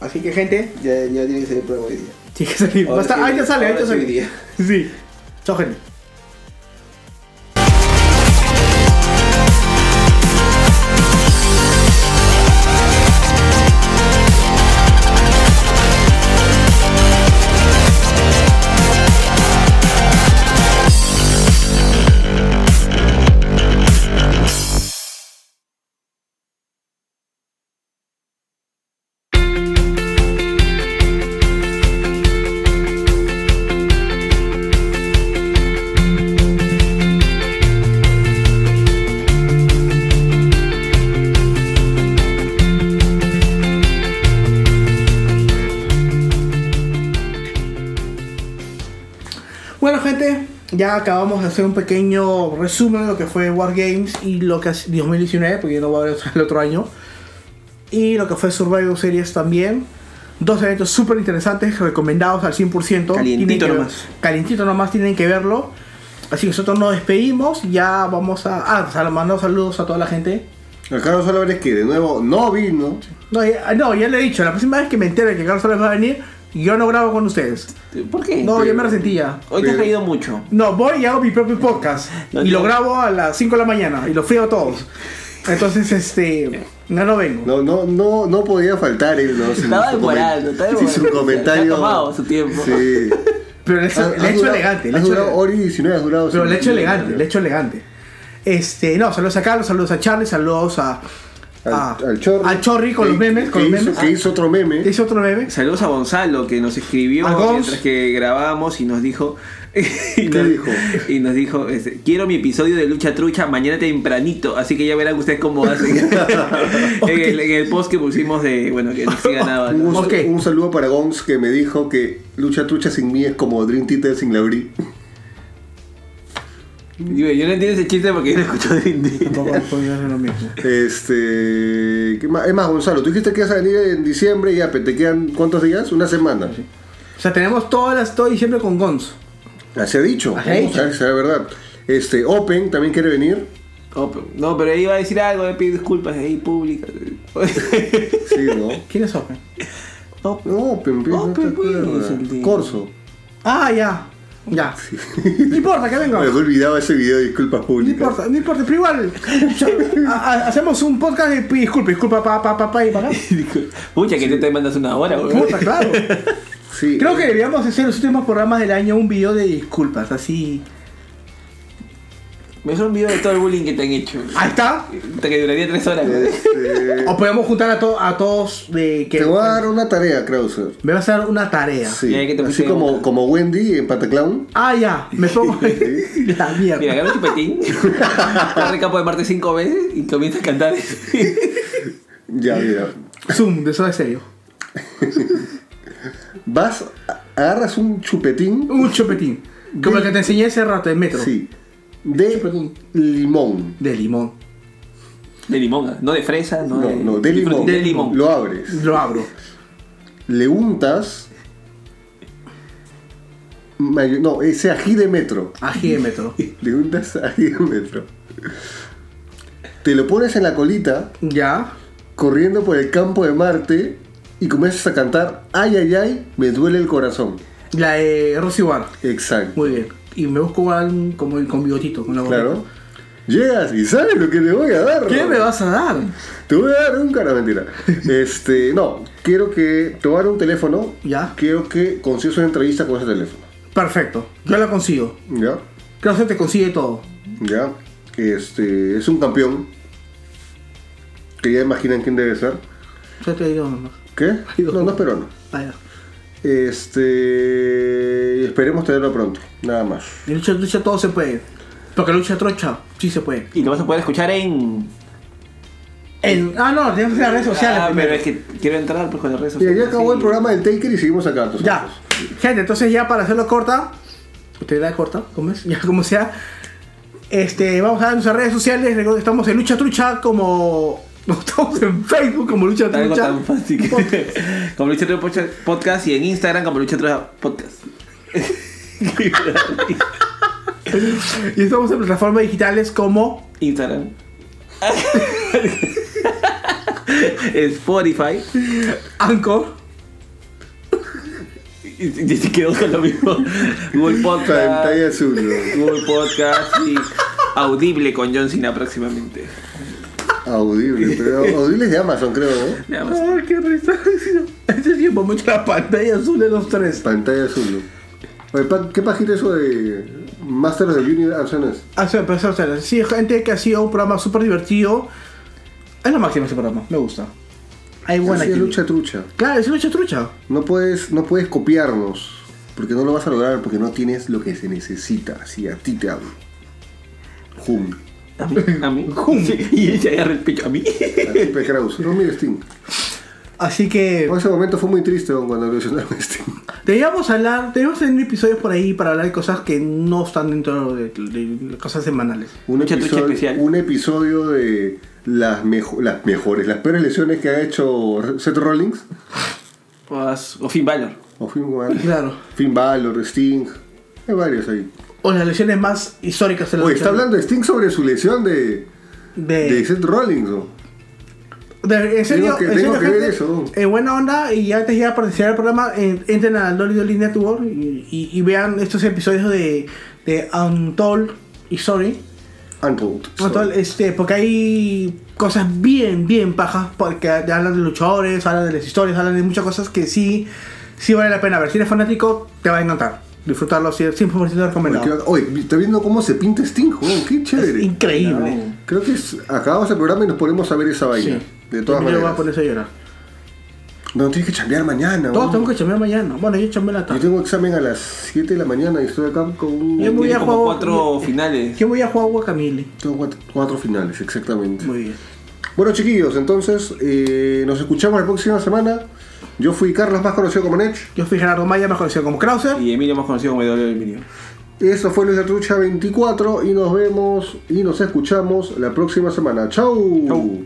Así que, gente.
Ya, ya tiene que salir el programa hoy día.
Tiene que salir.
Ahora
Basta-
sí,
ahí te sale, ahí
ahora
te
sí
sale.
diría.
Sí. Chao, gente.
Bueno, gente. Ya acabamos de hacer un pequeño resumen de lo que fue Wargames y lo que es 2019, porque no va a haber *laughs* el otro año. Y lo que fue Survivor Series también. Dos eventos súper interesantes, recomendados al
Calientito
100%. Tienen que-
nomás.
Calientito nomás, tienen que verlo. Así que nosotros nos despedimos. Ya vamos a. Ah, sal- mandamos saludos a toda la gente.
El Carlos Álvarez que de nuevo no vino.
No ya, ah, no, ya lo he dicho. La próxima vez que me entere que Carlos Soler va a venir, yo no grabo con ustedes.
¿Por qué?
No, yo me resentía.
Hoy te has
Pero-
reído mucho.
No, voy y hago mi propio podcast.
No,
y
yo-
lo grabo a las 5 de la mañana. Y lo frío a todos. Entonces, este. No, no vengo.
No, no, no, no podía faltar él, ¿no? Sin
Estaba
su
demorando,
comen-
estaba
sin su
demorando. Se ha *laughs*
comentario.
tomado su tiempo.
Sí.
Pero el hecho,
Has-
el
has
hecho
durado-
elegante, el
has
hecho-
durado Ori 19, has durado.
Pero el hecho
19,
elegante, el hecho elegante. Este, no, saludos a Carlos, saludos a Charlie, saludos a.
Al,
a-
al Chorri.
Ah. al Chorri con
que-
los memes. Con
que
los
hizo-
memes. Ah.
Que hizo otro meme.
Hizo otro meme.
Saludos a Gonzalo que nos escribió
A Gonz.
mientras que grabábamos y nos dijo. *laughs*
¿Qué
y nos-
dijo?
Y nos dijo: este, Quiero mi episodio de Lucha Trucha mañana tempranito, así que ya verán ustedes
*laughs*
cómo hacen. en, el, en el post que pusimos de. Bueno, que sí ganaba.
Un,
¿no?
gusto-
Ok.
un saludo para Gons que me dijo que lucha trucha sin mí es como Dream Theater sin la
*laughs*
Bri.
Yo, yo no entiendo ese chiste porque yo no escucho de
*laughs* Tampoco puedo hacer lo mismo.
Este. ¿qué más? Es más, Gonzalo, tú dijiste que ibas a venir en diciembre y ya, pe, ¿te quedan cuántos días? Una semana.
O sea, tenemos todas las, todo diciembre con Gonz.
Ah, Se ha dicho.
Así Ah, ha dicho.
Será- será verdad. Este, Open también quiere venir.
Oh, pero- No, pero iba a decir algo, le pido disculpas ahí *laughs* públicas.
Sí,
*laughs*
¿no?
¿Quién es Open?
No, pero-
No, Open, pe, no te
Open, pues,
acuerdas.
es el de-
Corso.
Ah, ya.
*laughs*
Ya. No importa, que venga.
Me había olvidado ese video de disculpas
No
públicas.
importa, no importa, pero igual. yo- a- a- hacemos un podcast de disculpa, disculpa, pa, pa, pa, pa, y para acá.
Pucha, que tú te mandas una hora, güey.
Puta, claro.
Sí.
Creo que deberíamos hacer los últimos programas del año un video de disculpas, así.
Me hizo un video de todo el bullying que te han hecho.
Ahí está.
Hasta que duraría tres horas, güey.
*laughs*
Este,
O podemos juntar a, to- a todos de que
te voy a dar una tarea, Krauser.
me va a hacer una tarea.
Sí.
Ya, que te
Así
pusieron
como,
una.
como Wendy en Pataclown.
Ah, ya,
*laughs*
me pongo la mierda.
Mira, agarra un *laughs* chupetín, agarra el campo de Marte cinco veces y comienza a cantar.
Ya, mira.
Zoom, de eso es serio.
Vas, agarras un chupetín.
Un chupetín. Como el que te enseñé hace rato en metro.
Sí. De
Chupetín.
limón.
De limón.
De limón, ¿ah? no de fresa, no,
No,
de,
no, de limón.
De limón.
Lo abres.
Lo abro.
Le untas. mayo- No, ese ají de metro.
Ají de metro.
Le untas *laughs* ají de metro. Te lo pones en la colita,
Ya.
corriendo por el campo de Marte, y comienzas a cantar Ay, ay, ay, me duele el corazón.
La de Rosy Bar.
Exacto.
Muy bien. Y me busco alguien como el con bigotito, con la gorrita.
Claro. Llegas y sabes lo que le voy a dar.
¿Qué
¿no?
me vas a dar?
Te voy a dar un cara, mentira. Este, no, quiero que te voy a dar un teléfono.
Ya.
Quiero que consigas una entrevista con ese teléfono.
Perfecto. Yo la consigo.
Ya,
Creo que te consigue todo.
ya. Este, es un campeón. Que ya imaginan quién debe ser.
Yo te digo nomás.
¿Qué?
Digo.
No, no es peruano.
Vaya.
Este, esperemos tenerlo pronto. Nada más.
En lucha, lucha todo se puede. Porque lucha trocha, sí se puede.
Y lo vas a poder escuchar en.
En- ah, no, tenemos que hacer las redes sociales
Ah,
primero.
pero es que quiero entrar pues con las redes
Mira,
sociales.
ya acabó
sí.
el programa del Taker y seguimos acá. tus
Ya.
ojos.
Gente, entonces ya para hacerlo corta, usted da corta, ¿cómo es? *laughs* Ya como sea. Este, vamos a dar nuestras redes sociales. Recuerden que estamos en Lucha Trucha como. *laughs* no, Estamos en Facebook como Lucha
Algo
Trucha.
tan fácil.
Podcast.
*laughs* como Lucha Trucha Pocha- Podcast y en Instagram como Lucha Trucha Podcast. *laughs*
Y estamos en plataformas digitales como.
Instagram. *laughs* Spotify.
Anchor.
Y, y se quedó con lo mismo. Google Podcast.
Pantalla azul.
*laughs*
¿no?
Google Podcast y Audible con John Cena próximamente.
Audible. Pero audible es de Amazon, creo, ¿no?
Nada más.
Ay, qué risa. *laughs* Ese tiempo mucho la pantalla azul de los tres.
Pantalla azul. ¿no? Oye, pa- ¿qué página es eso de Masters of the Universe? Ah, o sea, no es.
Ah, sí, pues, o sea, sí, gente que ha sido un programa súper divertido. Es lo máximo ese programa, me gusta. Hay
Así
buena
es
actividad.
lucha trucha.
Claro, es lucha trucha.
No puedes, no puedes copiarnos, porque no lo vas a lograr, porque no tienes lo que se necesita. Si a ti te hablo. Jum.
A mí. A mí. Sí, *laughs* y ella agarra el pecho. A mí.
Así fue Krause. No mires Sting.
Así que
En ese momento fue muy triste don, cuando evolucionaron a Sting.
debíamos hablar, debíamos tener episodios por ahí para hablar de cosas que no están dentro de, de- de cosas semanales.
Un
Lucha trucha
episodio,
especial.
un episodio de las, mejo- las mejores, las peores lesiones que ha hecho Seth Rollins.
Pues, o Finn Balor.
O Finn Balor.
Claro.
Finn Balor, Sting. Hay varios ahí.
O las lesiones más históricas de la
Oye,
lucha
está hablando Sting sobre su lesión de, de
de,
Seth Rollins. ¿no?
de- en serio,
Tengo que-
en serio,
tengo que ver
gente,
eso.
en buena onda y antes ya para iniciar el programa en- entren a Dolly Dolly Network y, y- y vean estos episodios de de Untold y Sorry.
Untold.
Untold, este, porque hay cosas bien, bien pajas, porque hablan de luchadores, hablan de las historias, hablan de muchas cosas que sí, sí vale la pena ver. Si eres fanático, te va a encantar. Disfrutarlo así, 100% recomendado.
Oye, está viendo cómo se pinta Sting, weón, qué
Es
chévere.
increíble.
Creo que es- acabamos el programa y nos ponemos a ver esa vaina. De todas
Yo me voy a
maneras.
ponerse a llorar.
No, tienes que chambear mañana,
Todos
weón.
tenemos que chambear mañana. Bueno, yo chambeé la
Yo
tarde.
tengo examen a las 7 de la mañana y estoy acá con
Yo
un...
me voy a
Tiene como
jugar-
cuatro finales.
Yo voy a jugar Guacamole.
Tengo cuatro, cuatro finales, exactamente.
Muy bien.
Bueno, chiquillos, entonces eh, nos escuchamos la próxima semana. Yo fui Carlos, más conocido como Nech.
Yo fui Gerardo Maya, más conocido como Krauser.
Y Emilio más conocido como W Emilio.
Eso fue Luis de Trucha 24 y nos vemos y nos escuchamos la próxima semana. ¡Chau!